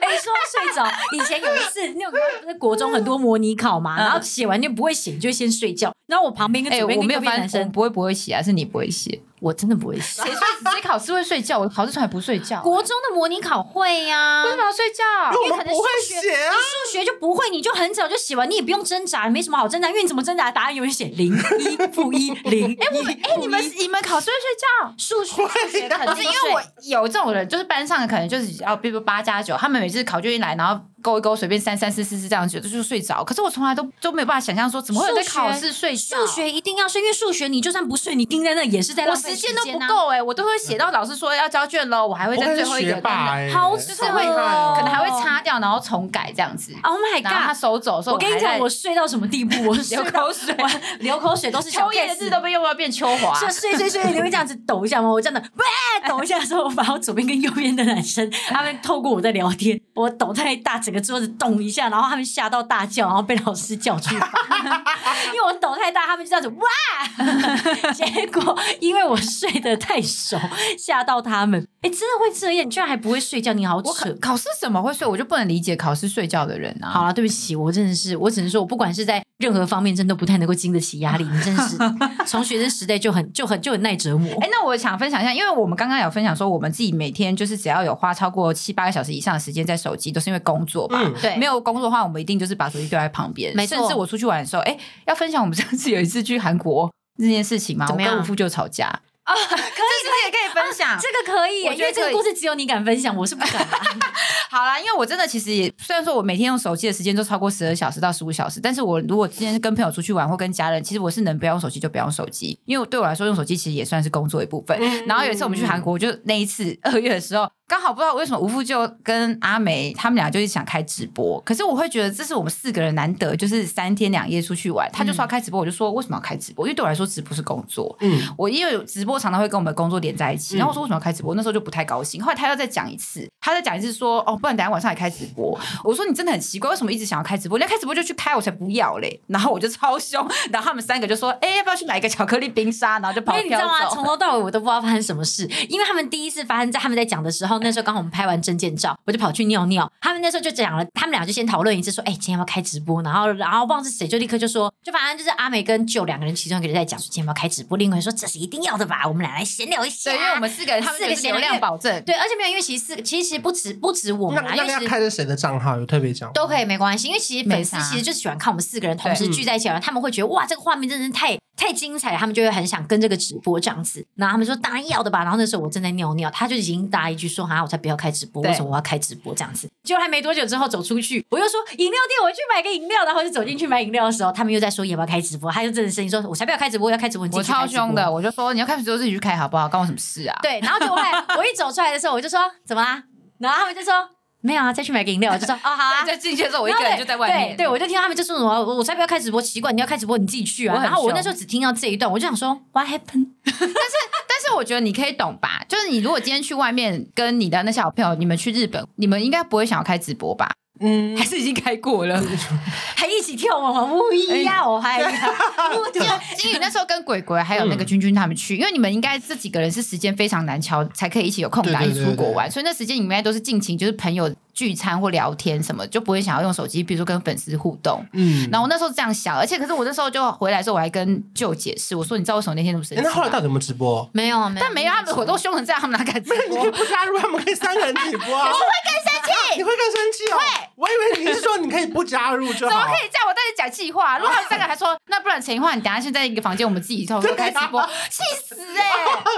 D: 哎，说到睡着，以前有一次，那种不是国中很多模拟考嘛，然后写完就不会写，你就先睡觉。然后我旁边跟
B: 哎、
D: 左边
B: 我
D: 跟
B: 没有
D: 右边
B: 翻我
D: 男，生，
B: 不会不会写啊，是你不会写。
D: 我真的不会写。
B: 谁说谁考试会睡觉？我考试从来不睡觉。 为
D: 国中的模拟考会呀、
B: 什么要睡觉？
A: 我们不会写啊，
D: 数学就不会，你就很早就写完，你也不用挣扎，没什么好挣扎，因为你怎么挣扎，答案永远写零一负一零。哎，我们
B: 哎、你们你们考试会睡觉？
D: 数学数学
A: 啊
D: 肯
B: 不
D: 定
B: 是因为我有这种人，就是班上可能就是啊，比如说八加九，他们每次考卷一来，然后勾一勾，随便三三四四四这样子就睡着。可是我从来都都没有办法想象说，怎么会有人在考试睡觉？
D: 数学一定要睡，因为数学你就算不睡，你盯在那也是在
B: 我
D: 浪费
B: 时
D: 间
B: 间都不
D: 啊。
B: 够哎、我都会写到老师说要交卷喽，我还会
A: 我
B: 在
A: 可
B: 最
A: 是
B: 后一
A: 学
B: 个，
A: 霸
B: 可
A: 哎，
D: 好扯
A: 就是会
D: 哦
B: 能还会擦掉，然后重改这样子。
D: Oh my
B: 然后他
D: god！
B: 收走的时候，
D: 我跟你讲，我睡到什么地步？我 流口水，我流口水都是小
B: 秋叶
D: case
B: 字都被用到变秋华，
D: 就睡睡睡，你会这样子抖一下吗？我真的， 喂，抖一下的时候，我把我左边跟右边的男生，他们透过我在聊天，我抖太大，整个桌子动一下，然后他们吓到大叫，然后被老师叫去罚， 因为我抖太大，他们就这样子哇， 结果因为我睡得太熟，吓到他们。哎、真的会这样？你居然还不会睡觉，你好
B: 我考
D: 扯！
B: 考试怎么会睡？我就不能理解考试睡觉的人啊。
D: 好了，对不起，我真的是，我只能说，我不管是在任何方面，真的不太能够经得起压力。你真是从学生时代就很、就很、就很耐折磨。
B: 哎、那我想分享一下，因为我们刚刚有分享说，我们自己每天就是只要有花超过七八个小时以上的时间在手机，都是因为工作吧。
A: 嗯
D: 对
B: 没有工作的话，我们一定就是把手机丢在旁边。
D: 没错
B: 甚至我出去玩的时候，哎、要分享我们上次有一次去韩国这件事情嘛，
D: 怎
B: 我
D: 么样哦
B: 跟我父就吵架啊，可以，可以，可以分享。
D: 这个可以耶，
B: 我
D: 因
B: 觉得
D: 为这
B: 可
D: 个
B: 以
D: 故事只有你敢分享，我是不敢 的。
B: 好啦，因为我真的其实也虽然说我每天用手机的时间都超过十二小时到十五小时，但是我如果今天跟朋友出去玩或跟家人，其实我是能不要用手机就不要用手机，因为对我来说用手机其实也算是工作一部分。然后有一次我们去韩国，就那一次二月的时候，刚好不知道为什么吴富就跟阿梅他们俩就是想开直播，可是我会觉得这是我们四个人难得就是三天两夜出去玩，他就说要开直播，我就说为什么要开直播？因为对我来说直播是工作，
A: 嗯，
B: 我因为有直播常常会跟我们工作连在一
D: 嗯
B: 起，然后我说为什么要开直播？那时候就不太高兴。后来他又再讲一次，他再讲一次说哦，不然等一下晚上也开直播。我说你真的很奇怪，为什么一直想要开直播？你要开直播就去开，我才不要嘞。然后我就超凶，然后他们三个就说哎、要不要去买一个巧克力冰沙？然后就跑
D: 因哎为你知
B: 飘
D: 道吗？
B: 走
D: 从。头到尾我都不知道发生什么事，因为他们第一次发生在他们在讲的时候，那时候刚好我们拍完证件照，我就跑去尿尿。他们那时候就讲了，他们俩就先讨论一次，说：“哎、今天要不要开直播？”然后，然后不知道是谁就立刻就说，就反正就是阿美跟舅两个人其中一个人在讲说今天要不要开直播，另外一个人说这是一定要的吧，我们俩来闲聊一下。
B: 对，因为我们四个人，他们
D: 四个
B: 就是流量保证。
D: 对，而且没有，因为其实四个其实其实不止不止我
A: 那
D: 们啦，因
A: 那
D: 为
A: 要
D: 其实
A: 开的谁的账号？有特别讲吗？
D: 都可以，没关系，因为其实粉丝
B: 没差嗯
D: 其实就喜欢看我们四个人同时聚在一起，然后他们会觉得哇，这个画面真的是太太精彩了，他们就会很想跟这个直播这样子。然后他们说当然要的吧，然后那时候我正在尿尿，他就已经答一句说啊，我才不要开直播，
B: 对
D: 为什么我要开直播这样子？结果还没多久之后走出去，我又说饮料店，我去买个饮料，然后就走进去买饮料的时候，他们又在说要不要开直播，他就真的声音说，我才不要开直播，要开直播，你自
B: 我
D: 己去开
B: 超
D: 直播
B: 凶的，。我就说你要开直播自己去开好不好？关我什么事啊？
D: 对，然后就后来我一走出来的时候，我就说怎么啦？然后他们就说没有啊，再去买个饮料。我就说哦好啊，
B: 在进去的时候，我一
D: 然
B: 个
D: 后
B: 人就在外面。
D: 对，对我就听到他们就说什么，我我才不要开直播，奇怪，你要开直播你自己去
B: 我
D: 啊。
B: 很
D: 然后我
B: 凶
D: 那时候只听到这一段，我就想说 What happened？
B: 但是我觉得你可以懂吧，就是你如果今天去外面跟你的那些好朋友，你们去日本，你们应该不会想要开直播吧？
A: 嗯
B: 还，是已经开过了？
D: 还一起跳舞吗？不一
B: 哎
D: 样，我 还不对。
B: 金宇那时候跟鬼鬼还有那
A: 嗯
B: 个君君他们去，因为你们应该这几个人是时间非常难敲，才可以一起有空档
A: 对
B: 一
A: 对
B: 起
A: 对
B: 出国玩，所以那时间你们应该都是尽情就是朋友聚餐或聊天什么，就不会想要用手机，比如说跟粉丝互动。
A: 嗯
B: 然后我那时候这样想，而且可是我那时候就回来的时候，我还跟舅解释，我说你知道为什么那天那么生
A: 诶
B: 气
A: 哎那后来到
B: 吗？
A: 底有没有直 播？
D: 没有，没有，
B: 但没有，他们活动凶成这样，他们哪敢直
A: 你
B: 播
A: 可以？不加入，他们可以三个人起播啊。我会更生气， 你会更生气哦。我以为你是说你可以不加入就
B: 怎么
A: 好
B: 可。以这样？我在这讲气话。如果他们三个还说，那不然陈奕桦，你等一下现在一个房间，我们自己偷偷开直播，气死
A: 哦
B: 哎、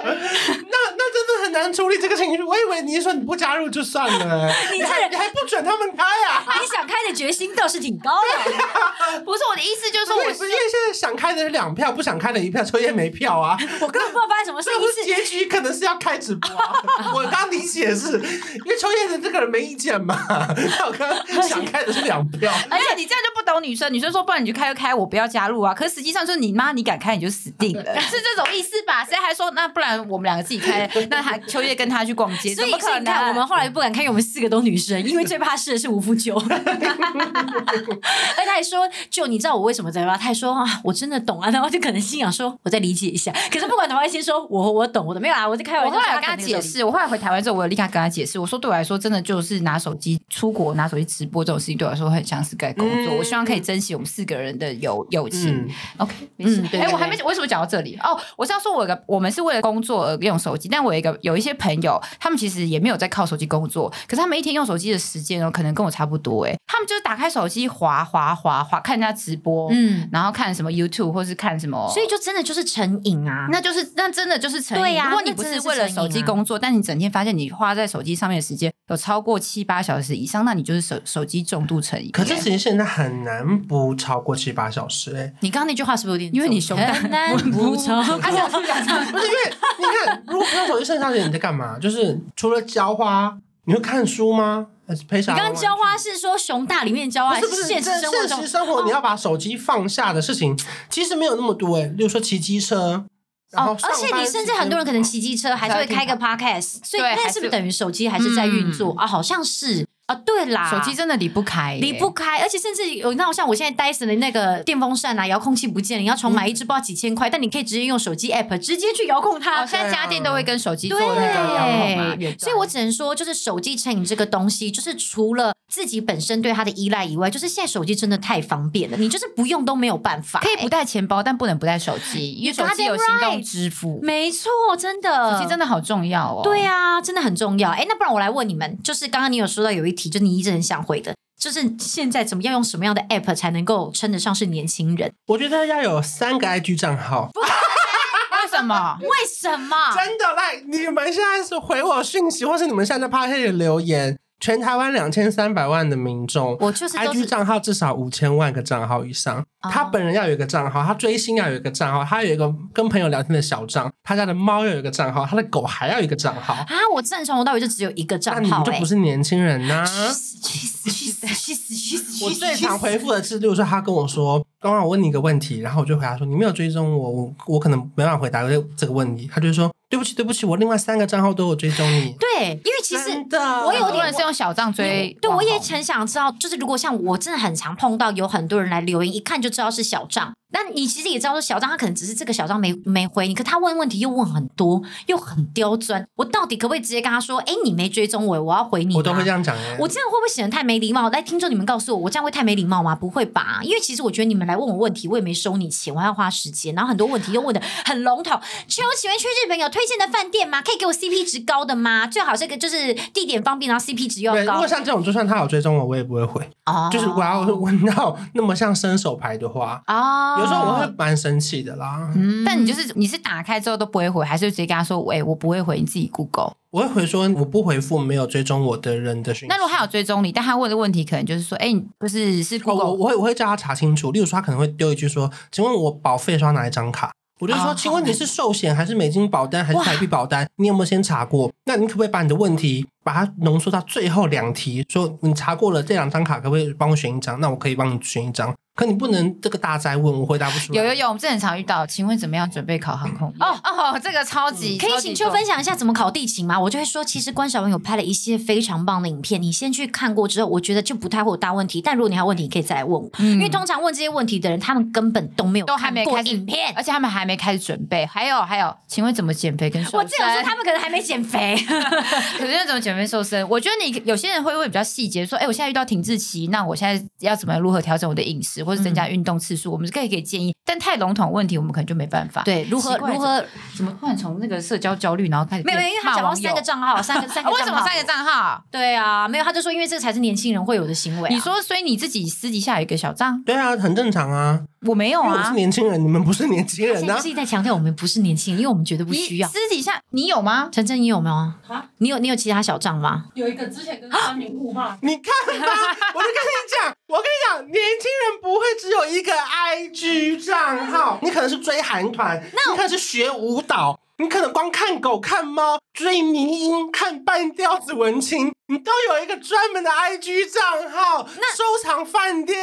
A: 那那真的很难处理这个情绪。我以为你是说你不加入就算了，
D: 你
A: 你
D: 这
A: 还
D: 人
A: 你还不准他们开啊？
D: 你想开的决心倒是挺高的。
B: 不是我的意思，就是说
A: 所
B: 我
A: 以
B: 是
A: 不是因为现在想开的是两票，不想开的一票，秋叶没票 啊。
D: 我根本不知道发生什么事，
A: 这
D: 一
A: 不
D: 次
A: 是结局，可能是要开直播、啊。我刚理解是，因为秋叶的这个人没意见嘛，他有跟想开的是两票。
B: 而且你这样就不懂女生，女生说不然你就开就开，我不要加入啊。可是实际 上就是你妈，你敢开你就死定了，是这种意思吧？谁还说那不然我们两个自己开，那还秋叶跟他去逛街，
D: 所
B: 怎
D: 以
B: 么可
D: 所以你看，
B: 能？
D: 我们后来不敢看，因为我们四个都女生，因为最怕试的是五负九。 而他还说：“就你知道我为什么在吗？”他还说：“啊，我真的懂啊。”然后就可能心想说：“我再理解一下。”可是不管怎么样，先说我我懂我的，没有啊，我在开玩
B: 我
D: 笑。
B: 后来有
D: 说
B: 跟他
D: 可能有
B: 解
D: 理
B: 释，我后来回台湾之后，我有立刻跟他解释，我说对我来说，真的就是拿手机出国拿手机直播这种事情，对我来说很像是在工
A: 嗯
B: 作。我希望可以珍惜我们四个人的友友情
A: 嗯。
B: OK，没事
D: 嗯。对
B: 哎，
D: 对
B: 我还没为什么讲到这里哦，我是要说，我有个我们是为了工作而用手机，但我有一个有一些朋友，他们其实也没有在靠手机工作，可是他们一天用手机的时间哦，可能跟我差不多哎，他们就是打开手机滑滑滑滑，看人家直播，
D: 嗯，
B: 然后看什么 YouTube 或是看什么，
D: 所以就真的就是成瘾 啊。
B: 那就是那真的就是成瘾。
D: 对呀啊
B: 如果你
D: 那
B: 不
D: 真
B: 是
D: 的是
B: 为了手
D: 成
B: 机
D: 瘾啊
B: 工作，但你整天发现你花在手机上面的时间有超过七八小时以上，那你就是手手机重度成瘾。
A: 可是其实现在很难不超过七八小时哎、
D: 你刚刚那句话是不是有点啊重？
B: 因为你胸大
D: 很 难不超过。
B: 他想去讲
A: 不是因为你看，如果不用手机剩下的你在干嘛？就是除了浇花，你会看书吗？还是陪小
D: 你
A: 孩
D: 刚
A: 玩
D: 刚浇花是说熊大里面浇花，
A: 不是不是
D: 现实
A: 这
D: 生活
A: 现
D: 中哦
A: 实生活你要把手机放下的事情，其实没有那么多哎、例如说骑机车，然后
D: 哦，
A: 上
D: 而
A: 班时间、
D: 且你甚至很多人可能骑机车，还是会开个 podcast，所以
B: 对
D: 那
B: 还
D: 是不
B: 是
D: 是等于手机还是在运作啊？好像是啊，对啦，
B: 手机真的离不开耶，
D: 离不开，而且甚至有那种像我现在 Dyson 的那个电风扇啊，遥控器不见了，你要重买一只，不知道几千块，但你可以直接用手机 app 直接去遥控它
B: 哦，。现在家电都会跟手机做
D: 对，
B: 那个遥控嘛，远端
D: 所以我只能说，就是手机成瘾这个东西，就是除了自己本身对它的依赖以外，就是现在手机真的太方便了，你就是不用都没有办法、
B: 可以不带钱包，但不能不带手机，因为
D: You
B: 手
D: got
B: 机有
D: it
B: 行
D: right
B: 动支付。
D: 没错，真的，
B: 手机真的好重要哦！
D: 对啊，真的很重要。哎，那不然我来问你们，就是刚刚你有说到有一题，就你一直很想回的，就是现在怎么样用什么样的 app 才能够称得上是年轻人？
A: 我觉得要有三个 IG 账号，
B: 为什么？
D: 为什么？
A: 真的来，你们现在是回我讯息，或是你们现在在 p a r t 留言，全台湾两千三百万的民众。
D: 我就是哦都
A: IG
D: 是
A: 账号至少五千万个账号以上，他本人要有一个账号，他追星要有一个账号，他有一个跟朋友聊天的小账，他家的猫要有一个账号，他的狗还要有一个账 号，
D: 啊，我正从头到尾就只有一个
A: 那
D: 账
A: 你
D: 号
A: 们就
D: 哎、
A: 不是年轻人呐、
D: 去死去死去死去死！
A: 我最常回复的是，例如说他跟我说，刚刚我问你一个问题，然后我就回答说你没有追踪我，我我可能没办法回答这这个问题，他就会说对不起对不起，我另外三个账号都有追踪你，
D: 对，因为 其实
A: 真的
D: 我有
B: 很多
D: 点
B: 人是用小账追
D: 对，
B: 网红，
D: 我也很想知道，就是如果像我真的很常碰到有很多人来留言，一看就知道是小账。那你其实也知道说小账，他可能只是这个小账没没回你，可他问问题又问很多，又很刁钻。我到底可不可以直接跟他说，哎，你没追踪我，我要回你？
A: 我都会这。样讲欸耶
D: 我这样会不会显得太没礼貌？来，听众你们告诉我，我这样会太没礼貌吗？不会吧，因为其实我觉得你们来问我问题，我也没收你钱，我还要花时间，然后很多问题又问的很笼统。请问，请问去日本有推荐的饭店吗？可以给我 CP 值高的吗？最好这个就是地点方便，然后 CP 值又
A: 对，如
D: 要高
A: 果。像这种，就算他有追踪我，我也不会回。
D: 哦
A: 就是我要问到那么像伸手牌的话，
D: 哦，嗯
A: 有时候我会蛮生气的啦。
B: 但你就是你是打开之后都不会回，还是直接跟他说：“喂，我不会回，你自己 Google。”
A: 我会回说我不回复没有追踪我的人的讯息。
B: 那如果他有追踪你，但他问的问题可能就是说，哎、你不是是
A: 哦，我
B: Google，、
A: 我会我会叫他查清楚。例如说，他可能会丢一句说：“请问我保费刷哪一张卡？”我就说：“
B: 哦
A: 请问你是寿险还是美金保单还是台币保单？你有没有先查过？那你可不可以把你的问题把它浓缩到最后两题？说你查过了这两张卡，可不可以帮我选一张？那我可以帮你选一张。可你不能这个大灾问，我回答不出来。
B: 有有有，我们这很常遇到。请问怎么样准备考航空业？哦哦，这个超级
D: 可以请秋分享一下怎么考地勤吗？我就会说，其实关晓雯有拍了一些非常棒的影片，你先去看过之后，我觉得就不太会有大问题。但如果你还有问题，你可以再来问我，因为通常问这些问题的人，他们根本都没有
B: 嗯都还没
D: 看过
B: 开始
D: 影片。
B: 而且他们还没开始准备。还有还有，请问怎么减肥跟瘦身？
D: 我只有 说他们可能还没减肥，
B: 可是那种减肥瘦身，我觉得你有些人会问比较细节，说，哎、我现在遇到停滞期，那我现在要怎么如何调整我的饮食，或者增加运动次数，我们是可以给建议。但太笼统的问题，我们可能就没办法。，
D: 对，如何
B: 奇怪
D: 如何？
B: 怎么突然从那个社交焦虑，然后开始
D: 没有，因为他
B: 骂
D: 讲到
B: 网友
D: 三个账号，三个三
B: 啊
D: 个
B: 为什
D: 账
B: 么
D: 号
B: 三个账号？
D: 对啊，没有，他就说因为这才是年轻人会有的行为啊。
B: 你说，所以你自己私底下有一个小账，
A: 对啊，很正常啊，
B: 我没有
A: 因为我是
B: 啊。
A: 年轻人，你们不是年轻人啊
D: 现
A: 呐、
D: 在就是一直在强调我们不是年轻人，因为我们觉得不需要
B: 你。私底下你有吗？
D: 陈真，你有没有啊
E: 啊？
D: 你有你有其他小账吗？
E: 有一个之前跟三明互骂，
A: 你看吧，我就跟你讲，我跟你讲，年轻人不会只有一个 IG 账号，你可能是追韩团，你可能是学舞蹈，你可能光看狗看猫、追迷音、看半吊子文青，你都有一个专门的 IG 账号，收藏饭店。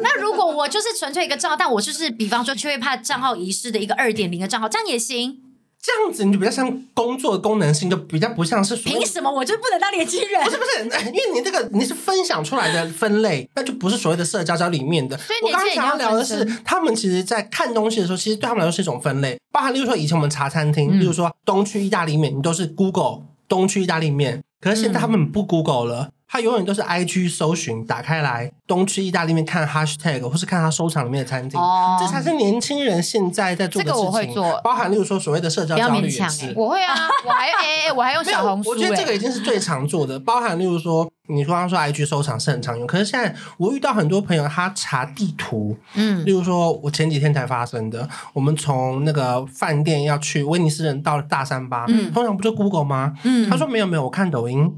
D: 那如果我就是纯粹一个账号，但我就是比方说却会怕账号遗失的一个二点零的账号，这样也行。
A: 这样子你就比较像工作的功能性，就比较不像是说
D: 凭什么我就不能当年轻人
A: 哦不？是不是，哎因为你这个你是分享出来的分类，那就不是所谓的社交交里面的。
B: 所以
A: 我
B: 年
A: 刚
B: 轻
A: 刚
B: 人
A: 想要聊的是
B: 要分，
A: 他们其实在看东西的时候，其实对他们来说是一种分类，包含例如说以前我们茶餐厅，
B: 嗯
A: 例如说东区意大利面，你都是 Google 东区意大利面，可是现
B: 嗯
A: 在他们不 Google 了。他永远都是 I G 搜寻打开来，东区意大利面看 hashtag 或是看他收藏里面的餐厅，
B: 哦
A: 这才是年轻人现在在做的
B: 这
A: 事
B: 个
A: 情。
B: 我会做
A: 包含例如说所谓的社交
D: 不要
A: 焦虑也
D: 勉强
A: 是
D: 欸。
B: 我会 啊，我还哎哎，我还用
A: 没有
B: 小红书
A: 我觉得这个
B: 哎
A: 已，经是最常做 的，包含例如说，你刚刚说 IG 收藏是很常用，可是现在我遇到很多朋友，他查地图，
D: 嗯
A: 例，如说我前几天才发生的，我们从那个饭店要去威尼斯人到大三巴，
D: 嗯
A: 通常不就 Google 吗？
D: 嗯
A: 他说没有没有，我看抖音。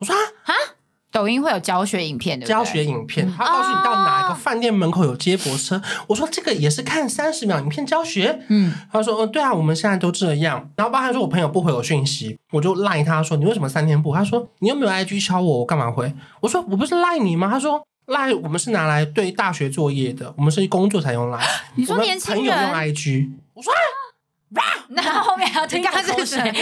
A: 我说啊，
B: 抖音会有教学影片，对不对
A: 教 学影
B: 嗯
A: 片，他告诉你到
B: 哦
A: 哪一个饭店门口有接驳车。我说这个也是看三十秒影片教学，
B: 嗯，
A: 他说：“嗯，对啊，我们现在都这样。”然后包含说，我朋友不回我讯息，我就赖他说：“你为什么三天不回？”他说：“你又没有 IG 敲我，我干嘛回？”我说：“我不是赖你吗？”他说：“赖我们是拿来对大学作业的，我们是工作才用赖。
B: 你说
A: 我们
B: 年轻
A: 朋友用
B: 人
A: IG，
D: 然后后面还要 听他
B: 刚
D: 口
B: 是
D: 水
B: 谁，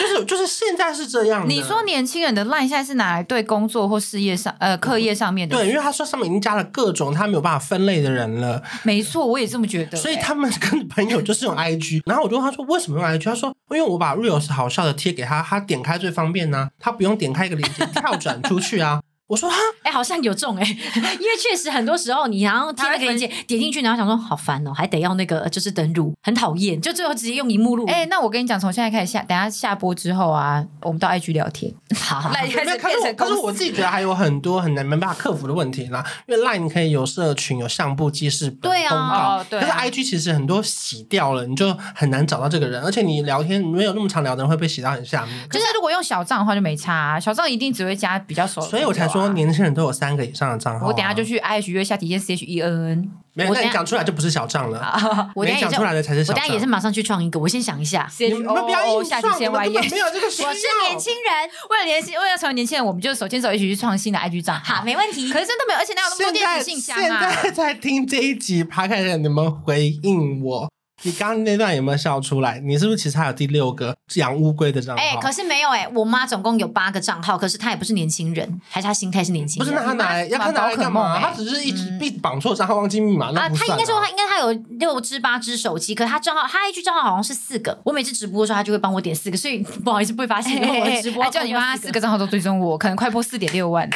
A: 就是就是现在是这样的。
B: 你说年轻人的烂现在是拿来对工作或事业上呃课业上面的，
A: 嗯对，因为他说上面已经加了各种他没有办法分类的人了，
B: 没错，我也这么觉得、
A: 所以
B: 哎
A: 他们跟朋友 就是用 IG，然后我就问他说为什么用 IG，他说因为我把 Reels 好笑的贴给他，他点开最方便呐、他不用点开一个链接 跳转出去啊。我说哈，
D: 哎、好像有中哎、 因为确实很多时候你然后贴那个链接点进去，然后想说好烦哦、还得要那个就是登录，很讨厌，就最后直接用荧幕录。
B: 哎、那我跟你讲，从现在开始下，等一下下播之后啊，我们到 IG 聊天，
D: 好，
B: 那 开
A: 没有，
B: 始
A: 可是
B: 变
A: 我
B: 成
A: 可
B: 公
A: 是
B: 司
A: 我自己觉得还有很多很难没办法克服的问题啦。因为 Line 你可以有社群、有相簿、记事本、
D: 对啊
A: 公告，
B: 哦对
A: 可
B: 啊
A: 是 IG 其实很多洗掉了，你就很难找到这个人，而且你聊天没有那么常聊的人会被洗到很下面。
B: 就是如果用小账的话就没差、啊，小账一定只会加比较熟、
A: 所以我才
B: 啊
A: 说。年轻人都有三个以上的账号啊、
B: 我等一下就去 I H 约下底线 C H E N
A: 没有，
B: 我
A: 那
B: 等
A: 你
B: 下
A: 讲出来就不是小账了，
B: N，我等
A: 没
B: 一
A: 讲
B: 下也
A: 出
B: 是
A: 来的才是
D: 我
A: 小
D: 等
A: 账
D: 下。也是马上去创一个，我先想一下。
B: C
A: 你
B: H E
A: 们不要
B: O
A: 硬
B: 下
A: 上，
B: 底线
A: 你
B: Y
A: 们
B: E
A: 根本。没 有这个需要。
D: 我是年轻人，
B: 为了年轻，为了成为年轻人，我们就手牵手一起去创新的 I G 账号
D: 好，。啊没问题。
B: 可是真的没有，而且哪有那
A: 现
B: 么多电
A: 在
B: 子信箱
A: 现
B: 啊？
A: 在在听这一集 p o d 你们回应我，你刚刚那段有没有笑出来？你是不是其实还有第六个养乌龟的账号？
D: 哎、可是没有哎、我妈总共有八个账号，可是她也不是年轻人，还是她心态是年轻
A: 不
D: 人。
A: 是，那他拿来要看拿来干
D: 哎
A: 嘛？他只是一直被绑错账号，忘记密码，那
D: 啊，
A: 不
D: 他
A: 算啊。
D: 应该说他应该他有六只八只手机，可他账号他 IG 账号好像是四个。我每次直播的时候，他就会帮我点四个，所以 不好意思不会发现，因为我的直播
B: 还哎叫你妈
D: 妈
B: 四个。账号都追踪我，可能快破四点六万，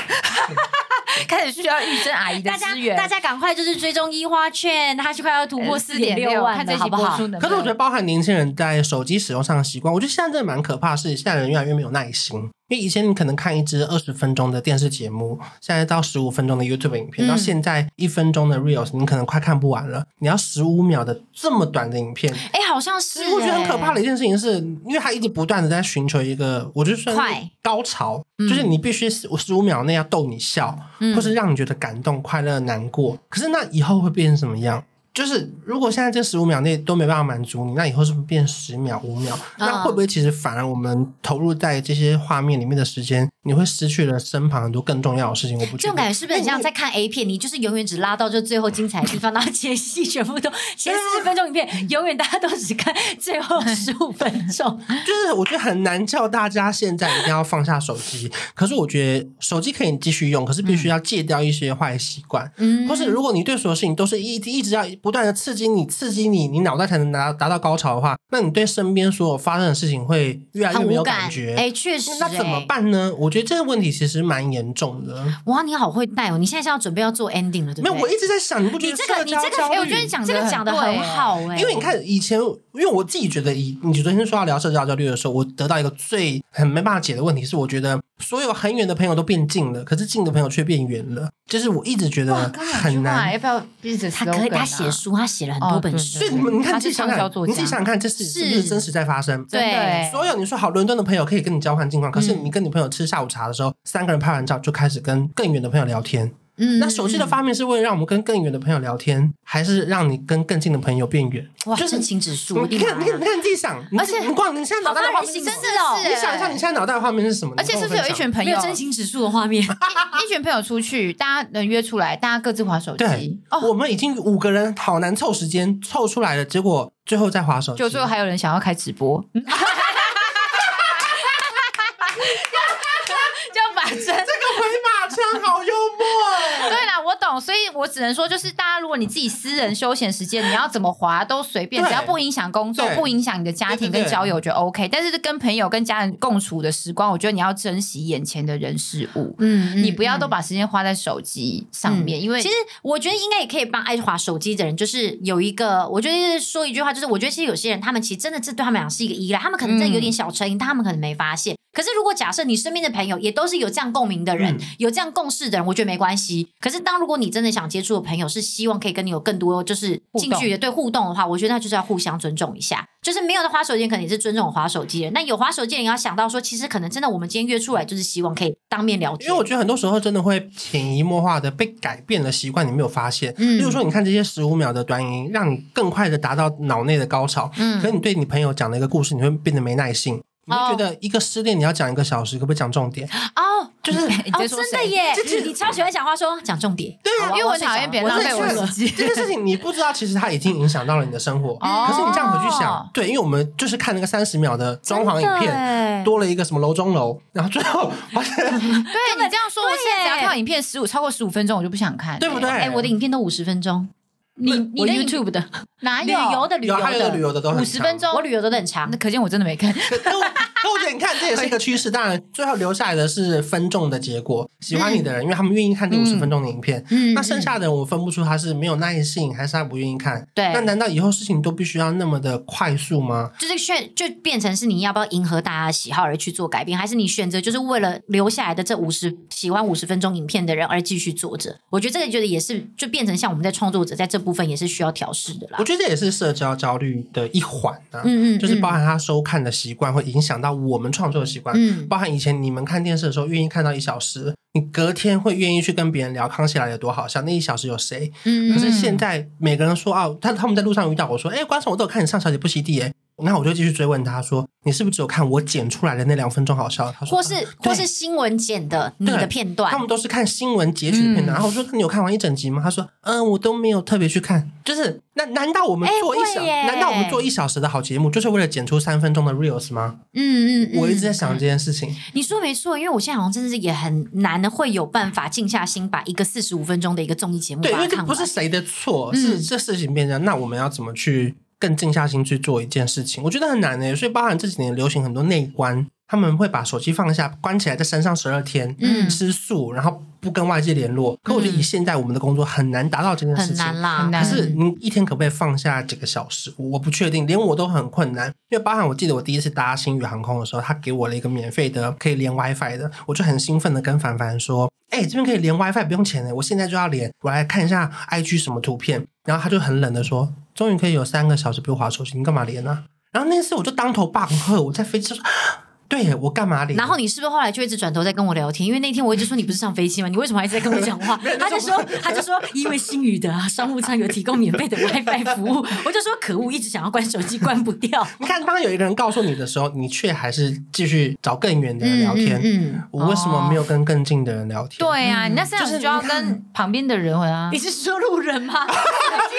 B: 开始需要玉珍阿姨的
D: 大家
B: 支援。
D: 大家赶快就是追踪一花券，他就快要突
B: 呃
A: 呃
D: 破四点六万
B: 看这一
D: 了，好
B: 集
D: 不
B: 播
D: 好
B: 出？能不能
A: 可是我觉得，包含年轻人在手机使用上的习惯，我觉得现在真的蛮可怕的是，现在人越来越没有耐心。因为以前你可能看一支二十分钟的电视节目，现在到十五分钟的 YouTube 影片，
D: 嗯
A: 到现在一分钟的 Reels，你可能快看不完了。你要十五秒的这么短的影片，
D: 哎、好像是、欸
A: 其实我觉得很可怕的一件事情是，因为他一直不断的在寻求一个，我就算是
D: 快嗯
A: 高潮，就是你必须十五秒内要逗你笑，或是让你觉得感动、快乐、难过。可是那以后会变成什么样？就是如果现在这十五秒内都没办法满足你，那以后是不是变十秒、五
D: 嗯
A: 秒？那会不会其实反而我们投入在这些画面里面的时间，你会失去了身旁很多更重要的事情？我不
D: 这
A: 觉得
D: 种感。觉是不是很
A: 嗯
D: 像在看 A 片？你就是永远只拉到就最后精彩的地方，然后前戏全部都前四十分钟影
A: 啊
D: 片，永远大家都只看最 后十五分钟。
A: 就是我觉得很难叫大家现在一定要放下手 机，可是我觉得手机可以继续用，可是必须要戒掉一些坏习惯，
D: 嗯
A: 或是如果你对所有事情都是一一直要不断的刺激你、刺激你，你脑袋才能达达到高潮的话，那你对身边所有发生的事情会越来越
D: 很
A: 没
D: 无
A: 有
D: 感
A: 感觉。
D: 哎、确实、
A: 那怎么
D: 哎
A: 办呢？我觉得这个问题其实蛮严重的。
D: 哇，你好会带哦！你现在是要准备要做 ending 了，对不
A: 没有，
D: 对？
A: 我一直在想，你不觉
D: 你
A: 得
D: 这
A: 社
D: 个你
A: 交
D: 这个，
A: 焦
D: 哎
A: 虑？
B: 我觉得你讲
D: 这个
B: 得
D: 讲的
B: 很对
D: 很好哎、
A: 因为你看以前，因为我自己觉得以，你昨天说要聊社交焦虑的时候，我得到一个最很没办法解的问题是，我觉得所有很远的朋友都变近了，可是近的朋友却变远了，就是我一直觉得很难。
B: 要不要一直
D: 他可以，啊他写书，他写了很
B: 啊哦
D: 多本
B: 对
D: 书，
A: 所以你们你看
B: 他
A: 自
B: 是
A: 己想
B: 畅销
A: 想，
B: 作
A: 你自己
B: 家
A: 想想看，这是是不是
D: 是
A: 真实在发生？
D: 对
B: 对
A: 所有你说好，伦敦的朋友可以跟你交换近况，可是
D: 嗯
A: 你跟你朋友吃下午茶的时候，三个人拍完照就开始跟更远的朋友聊天，
D: 嗯
A: 那手机的发明是为了让我们跟更远的朋友聊天，还是让你跟更近的朋友变远？
D: 哇，
A: 就是
D: 真情指数，
A: 你看，你看，你看地上，你
D: 而且
A: 你逛，你现在脑袋的画面是什
D: 真
A: 么
D: 的？哦
B: 是
A: 你想一下，你现在脑袋的画面是什么？
B: 欸而且
A: 你
B: 是
A: 跟
B: 不
A: 我分
B: 是有一
A: 享
B: 群朋
D: 没
B: 友
D: 有，真情指数的画面，
B: 一一群朋友出去，大家能约出来，大家各自划手
A: 对
B: 机，，哦，
A: 我们已经五个人好难凑时间，凑出来了，结果最后再划手机，
B: 就最后还有人想要开直播，就把真。
A: 这个回马枪好幽 默哦
B: 对啦，我懂，所以我只能说，就是大家，如果你自己私人休闲时间，你要怎么滑都随便，
A: 对
B: 只要不影响工作
A: 对，
B: 不影响你的家庭
A: 对对
B: 跟
A: 对
B: 交友，我觉得 OK。但是跟朋友、跟家人共处的时光，我觉得你要珍惜眼前的人事物，
D: 嗯
B: 你不要都把时间花在手机上面，因为
D: 其实我觉得应该也可以帮爱划手机的人，就是有一个，我觉得说一句话，就是我觉得其实有些人他们其实真的这对他们俩是一个依赖，他们可能真的有
A: 嗯
D: 点小成瘾，但他们可能没发现。可是如果假设你身边的朋友也都是有这样共鸣的人，
A: 嗯
D: 有这样共识的人，我觉得没关系。可是当如果你真的想接触的朋友是希望可以跟你有更多就是近距离的对互动的话，我觉得那就是要互相尊重一下。就是没有的划手机，可能也是尊重有划手机的人；那有划手机的人，要想到说，其实可能真的我们今天约出来就是希望可以当面聊
A: 因
D: 天，
A: 为我觉得很多时候真的会潜移默化的被改变了习惯，你没有发现。
D: 嗯
A: 例如说，你看这些十五秒的短音，让你更快的达到脑内的高潮。
D: 嗯
A: 可是你对你朋友讲的一个故事，你会变得没耐性。你会觉
B: 哦
A: 得一个失恋你要讲一个小时，可不可以讲重 点？
D: 哦，
A: 就是
B: 你
D: 哦，
B: 在说
D: 真的
B: 谁
D: 耶
A: 这这！
D: 你超喜欢讲话说讲重点，
A: 对啊
D: 好吧
B: 因为我
D: 睡着
B: 讨
D: 了
B: 厌别人
D: 我
B: 浪
D: 真
B: 费
D: 的
B: 我
D: 是
B: 手机。
A: 这件事情你不知道，其实它已经影响到了你的生活。
B: 哦
A: 可是你这样回去想，对，因为我们就是看那个三十秒的装潢影
D: 真的
A: 片，
D: 耶
A: 多了一个什么楼中楼，然后最后发 现
B: 对你这样说，我现在只要
D: 耶
B: 看到影片十五超过十五分钟，我就不想看，
A: 对不对？
D: 哎，我的影片都五十分钟，你你
B: 我
D: 的哎
B: YouTube
D: 的
B: 哪
D: 旅游
B: 的
D: 的旅
A: 有
D: 游
A: 还有的旅游的都很
B: 五十
A: 长
B: 分钟，
D: 我旅游都很长
B: 那，可见我真的没看。
A: 可可我可我觉得你看，这也是一个趋势。当然，最后留下来的是分众的结果，喜欢你的人，因为他们愿意看这五十分钟的影片。
D: 嗯
A: 那剩下的人，我分不出他是没有耐性，还是他不愿意看。
D: 对
A: 那难道以后事情都必须要那么的快速吗？
D: 就是选就变成是你要不要迎合大家的喜好而去做改变，还是你选择就是为了留下来的这五十喜欢五十分钟影片的人而继续做着？我觉得这个觉得也是就变成像我们在创作者在这部分也是需要调试的啦
A: 我。觉得这也是社交焦虑的一环啊。
D: 嗯嗯，
A: 就是
D: 嗯
A: 包含他收看的习惯，会影响到我们创作的习惯。
D: 嗯
A: 包含以前你们看电视的时候，愿意看到一小时，你隔天会愿意去跟别人聊《康熙来了》多好笑，那一小时有谁？
D: 嗯
A: 可是
D: 嗯
A: 现在每个人说啊，他他们在路上遇到我说，哎、观众，我都有看你上小姐不吸地哎，那我就继续追问他说，你是不是只有看我剪出来的那两分钟好笑？他说，
D: 或是
A: 啊
D: 或是
A: 对
D: 新闻剪的你的片段
A: 他，们都是看新闻截取的片段，
B: 嗯
A: 然后我说你有看完一整集吗？他说，嗯，我都没有特别去看。就是那难道我们
D: 哎
A: 做一小、
D: 会耶
A: 难道我们做一小时的好节目，就是为了剪出三分钟的 reels 吗？
D: 嗯嗯，嗯嗯
A: 我一直在想这件事情，
D: 你说没错，因为我现在好像真的是也很难的，会有办法静下心把一个四十五分钟的一个综艺节目
A: 对，因
D: 把它
A: 为这
D: 看
A: 不是
D: 完。
A: 谁的错，
D: 嗯
A: 是这事情变成这样那我们要怎么去更静下心去做一件事情？我觉得很难呢、所以包含这几年流行很多内观，他们会把手机放下，关起来在山上十二天，
D: 嗯
A: 吃素，然后不跟外界联络。可我觉得以现在我们的工作很难达到这件事
D: 很
A: 情。
D: 难啦，
B: 很难
A: 可是你一天可不可以放下几个小时？我不确定，连我都很困难。因为包含我记得我第一次搭星宇航空的时候，他给我了一个免费的可以连 WiFi 的，我就很兴奋的跟凡凡说：“哎、这边可以连 WiFi，不用钱欸的，我现在就要连，我来看一下 IG 什么图片。”然后他就很冷的说：“终于可以有三个小时不用滑手机，你干嘛连呢、然后那次我就当头棒喝，我在飞机上说。 对耶我干嘛连？
D: 然后你是不是后来就一直转头在跟我聊天？因为那天我一直说你不是上飞机吗？你为什么还一直在跟我讲 话？他就说他就说因为新宇的啊商务舱有提供免费的 WiFi 服务，我就说可恶，一直想要关手机关不掉。
A: 你看，当有一个人告诉你的时候，你却还是继续找更远的人聊天。
D: 嗯哦嗯
A: 我为什么没有跟更近的人聊天？
B: 对啊，你那这样
A: 就是
B: 你就要
A: 你看
B: 跟旁边的人啊
D: 你，是说路人 吗？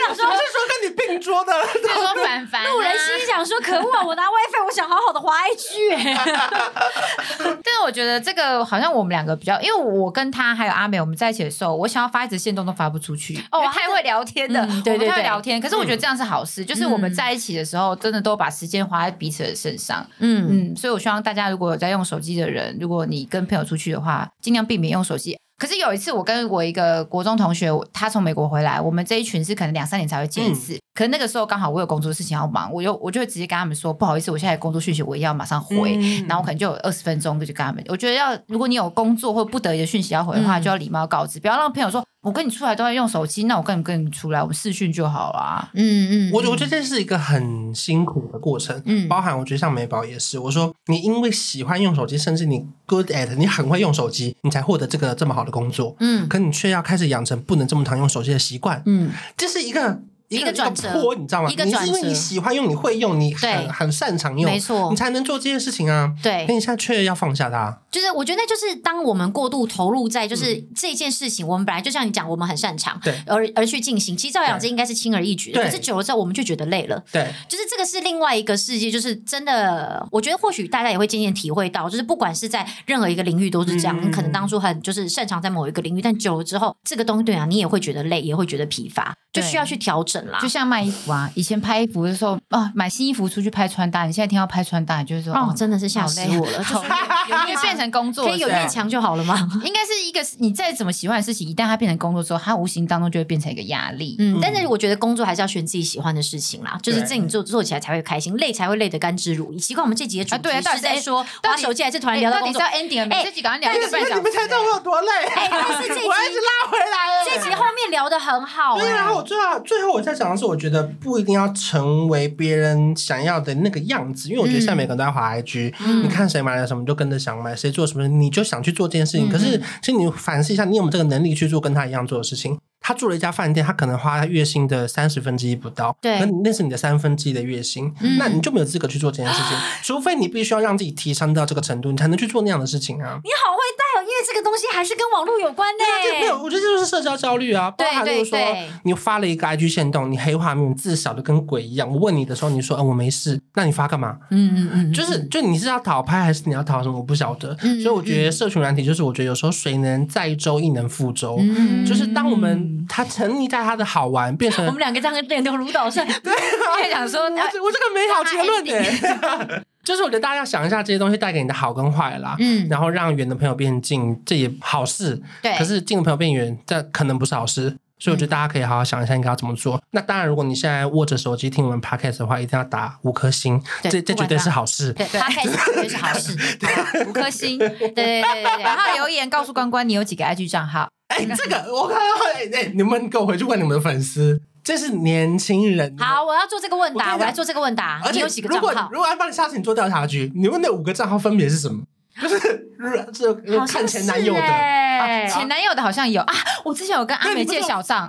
A: 我是说跟你并桌的，
B: 比如说凡凡、啊，
D: 路人心里想说可恶啊，我拿 WiFi，我想好好的滑 IG 哎、
B: 但是我觉得这个好像我们两个比较，因为我跟他还有阿美我们在一起的时候，我想要发一直线动都发不出去，
D: 哦
B: 因为
D: 他
B: 太会聊天了，
D: 嗯对对
B: 我们太会
D: 对嗯
B: 聊天。可是我觉得这样是好事，就是我们在一起的时候，真的都把时间花在彼此的身上。
D: 嗯，
B: 嗯，所以我希望大家如果有在用手机的人，如果你跟朋友出去的话，尽量避免用手机。可是有一次，我跟我一个国中同学，我他从美国回来，我们这一群是可能两三年才会见一次。可那个时候刚好我有工作事情要忙，我就我就会直接跟他们说，不好意思，我现在有工作讯息我也要马上回，
A: 嗯
B: 然后我可能就有二十分钟就跟他们。我觉得要，如果你有工作或不得已的讯息要回的话，
D: 嗯
B: 就要礼貌告知，不要让朋友说我跟你出来都在用手机，那我跟你跟你出来，我们视讯就好啦。
D: 嗯嗯，
A: 我我
D: 嗯
A: 觉得这是一个很辛苦的过程，
D: 嗯
A: 包含我觉得像美宝也是，我说你因为喜欢用手机，甚至你 good at 你很会用手机，你才获得这个这么好的工作，
D: 嗯
A: 可你却要开始养成不能这么常用手机的习惯，
B: 嗯，
A: 这是一个
D: 一个
A: 个
D: 转折
A: 坡你知道吗？
D: 一个
A: 你是
D: 转
A: 因为
D: 折
A: 你喜欢用，你会用，你
D: 对
A: 很很擅长用，
D: 没错
A: 你，才能做这件事情啊。
D: 对
A: 可，你现在却要放下它，
D: 就是我觉得那就是当我们过度投入在就是这件事情，我们本来就像你讲，我们很擅长，
A: 对
D: 而而去进行，其实照养这
A: 对
D: 应该是轻而易举的，
A: 对
D: 可是久了之后我们就觉得累了。
A: 对
D: 就是这个是另外一个世界，就是真的，我觉得或许大家也会渐渐体会到，就是不管是在任何一个领域都是这样，
A: 嗯
D: 你可能当初很就是擅长在某一个领域，但久了之后，这个东西对啊，你也会觉得累，也会觉得疲乏，就
B: 对
D: 需要去调整啦
B: 就。像卖衣服啊，以前拍衣服的时候啊，买新衣服出去拍穿搭，你现在听到拍穿搭，你就会说
D: 哦
B: 哦，，
D: 真的是吓死
B: 好累
D: 我了，就是
B: 因为变成工作
D: 可
B: 了，
D: 以有
B: 是吧
D: 面墙就好了嘛。
B: 应该是一个你再怎么喜欢的事情，一旦它变成工作之后，它无形当中就会变成一个压力。
D: 嗯，但是我觉得工作还是要选自己喜欢的事情啦，啊就是这你做做起来才会开心，累才会累得甘之如饴。奇怪，我们这集的主
B: 啊对啊
D: 题
B: 到底
D: 是在
B: 是
D: 说
B: 到
D: 玩
B: 底
D: 手机，还是突
B: 哎
D: 然聊到
B: 到
D: 工
B: 底是
D: 作
B: 要？ending 了没？
D: 哎
B: 这几个人聊一个半小
A: 你
B: 时
A: 们才知道我有多累。
D: 哎但是这一 集
A: 我还一直拉回来了。
D: 这集画面聊得很好
A: 对，然
D: 哎
A: 后我最后最后我在讲的是，我觉得不一定要成为别人想要的那个样子，因为我觉得现在每个人都在滑 IG，、
D: 嗯
A: 你看谁买了什么你就跟着想买，谁做什么你就想去做这件事情。可
D: 嗯
A: 是其实你反思一下，你有没有这个能力去做跟他一样做的事情？他做了一家饭店，他可能花月薪的三十分之一不到，
D: 对
A: 可那是你的三分之一的月薪，
D: 嗯
A: 那你就没有资格去做这件 事情，除非你必须要让自己提升到这个程度，你才能去做那样的事情啊。
D: 你好会带哦，因为这个东西还是跟网络有关的、
A: 这没有，我觉得这就是社交焦虑啊。包
D: 对
A: 含
D: 对
A: 就是说
D: 对，
A: 你发了一个 IG 线动，你黑画面自小的跟鬼一样。我问你的时候，你说嗯我没事，那你发干嘛？
D: 嗯嗯嗯，
A: 就是就你是要讨拍还是你要讨什么？我不晓得。
D: 嗯
A: 所以我觉得社群软体就是我觉得有时候水能载舟，亦能覆舟。
D: 嗯
A: 就是当我们它沉溺在它的好玩，变成
D: 我们两个这样连头如捣蒜，对，
B: 因为想说，
A: 我 这我这个美好结论欸呢、就是我觉得大家要想一下这些东西带给你的好跟坏啦。
D: 嗯，
A: 然后让远的朋友变近，这也好事。
D: 对嗯
A: 可是近的朋友变远，这可能不是好事。所以我觉得大家可以好好想一下应该要怎么做。那当然，如果你现在握着手机听我们 podcast 的话，一定要打五颗星，
D: 对
A: 这这
D: 不
A: 绝
D: 管
A: 对
D: 它
A: 是好事。
D: 对，他开始绝对是好事，好吧
B: 五颗 星，
D: 对对对对对，然
B: 然
D: 后
B: 后留言告诉关关你有几个 IG 账号，
A: 哎，这个我看到，哎哎，你们给我回去问你们的粉丝，这是年轻人。
D: 好，我要做这个问
A: 我跟
D: 答，
A: 你
D: 我
A: 讲
D: 来做这个问答，
A: 而
D: 你
A: 且
D: 有几个
A: 如
D: 账
A: 果
D: 号？
A: 如果按照你下次你做调查局，你问那五个账号分别是 什么？就是
D: 好
A: 这
D: 像
A: 看
D: 是
A: 前男友的，
D: 哎，
B: 啊前男友的好像有啊，我之前有跟阿美借小 账，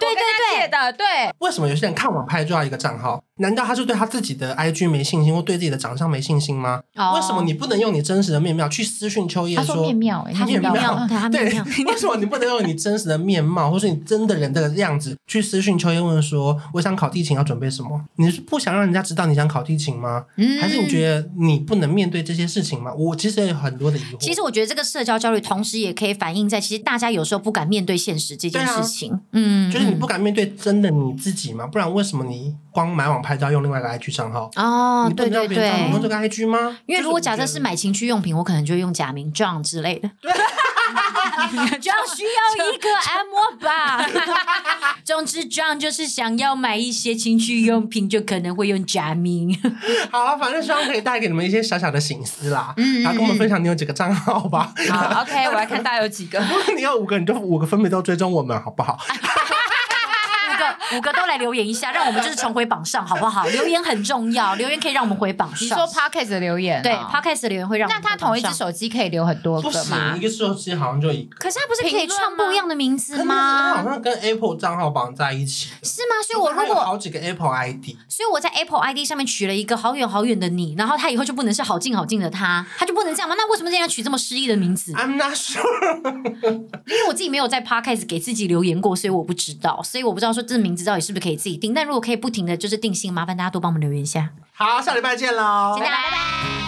D: 对对
B: 借
D: 对，
B: 的，对，
A: 为什么有些人看网拍就要一个账号？难道他是对他自己的 IG 没信心，或对自己的长相没信心吗？
D: 哦
A: 为什么你不能用你真实的面貌去私讯秋叶
B: 他
A: 说？
B: 说面妙，哎，
D: 他
A: 面
D: 妙
A: 妙，
D: 对他
A: 对
D: 面妙，，
A: 为什么你不能用你真实的面貌，或是你真的人的样子去私讯秋叶问说：“我想考地勤，要准备什么？”你是不想让人家知道你想考地勤吗？
D: 嗯
A: 还是你觉得你不能面对这些事情吗？我其实也有很多的疑惑。
D: 其实我觉得这个社交焦虑，同时也可以反映在其实大家有时候不敢面对现实这件
A: 对啊
D: 事情。嗯，
A: 就是你不敢面对真的你自己嘛，不然为什么你光买网拍就要用另外一个 IG 账号？
D: 哦
A: 你，不
D: 对
A: 能让
D: 对
A: 别人知道你用这，
D: 对
A: 个 IG 吗？
D: 因为如果假设
A: 就是
D: 是
A: 我觉得
D: 买情趣用品，我可能就会用假名 John 之类的。对。John 需要一个按摩吧。总之，John 就是想要买一些情趣用品，就可能会用假名。
A: 好了，反正希望可以带给你们一些小小的醒思啦。
D: 嗯嗯
A: 然后跟我们分享你有几个账号 吧。
B: 好，OK，我来看大家有几个，
A: 如果你有五个，你就五个分别都追踪我们，好不好？
D: 啊五个五个都来留言一下，让我们就是重回榜上，好不好？留言很重要，留言可以让我们回榜
B: 你
D: 上。
B: 说 Podcast 的留言哦，
D: 对 podcast 的留言会让我
B: 那
D: 们
B: 他
D: 回榜
B: 同一只
D: 上
B: 手机可以留很多
A: 不
B: 个吗
A: 行，一？个手机好像就一个。
D: 可是他不是可以
B: 评论
D: 创不一样的名字
A: 它好
D: 吗？
A: 像跟 Apple 账号绑在一起的。
D: 是吗？所以我
A: 它
D: 如
A: 有
D: 果，
A: 好几个 Apple ID，
D: 所以我在 Apple ID 上面取了一个好远好远的你，然后他以后就不能是好近好近的他，他就不能这样吗？那为什么这样取这么诗意的名字？
A: ，I'm not sure。
D: 因为我自己没有在 Podcast 给自己留言过，所以我不知道，所以我不知道说这名字到底是不是可以自己定。但如果可以不停的就是定性，麻烦大家多帮我们留言一下。
A: 好，下礼拜见喽，
D: 大家拜拜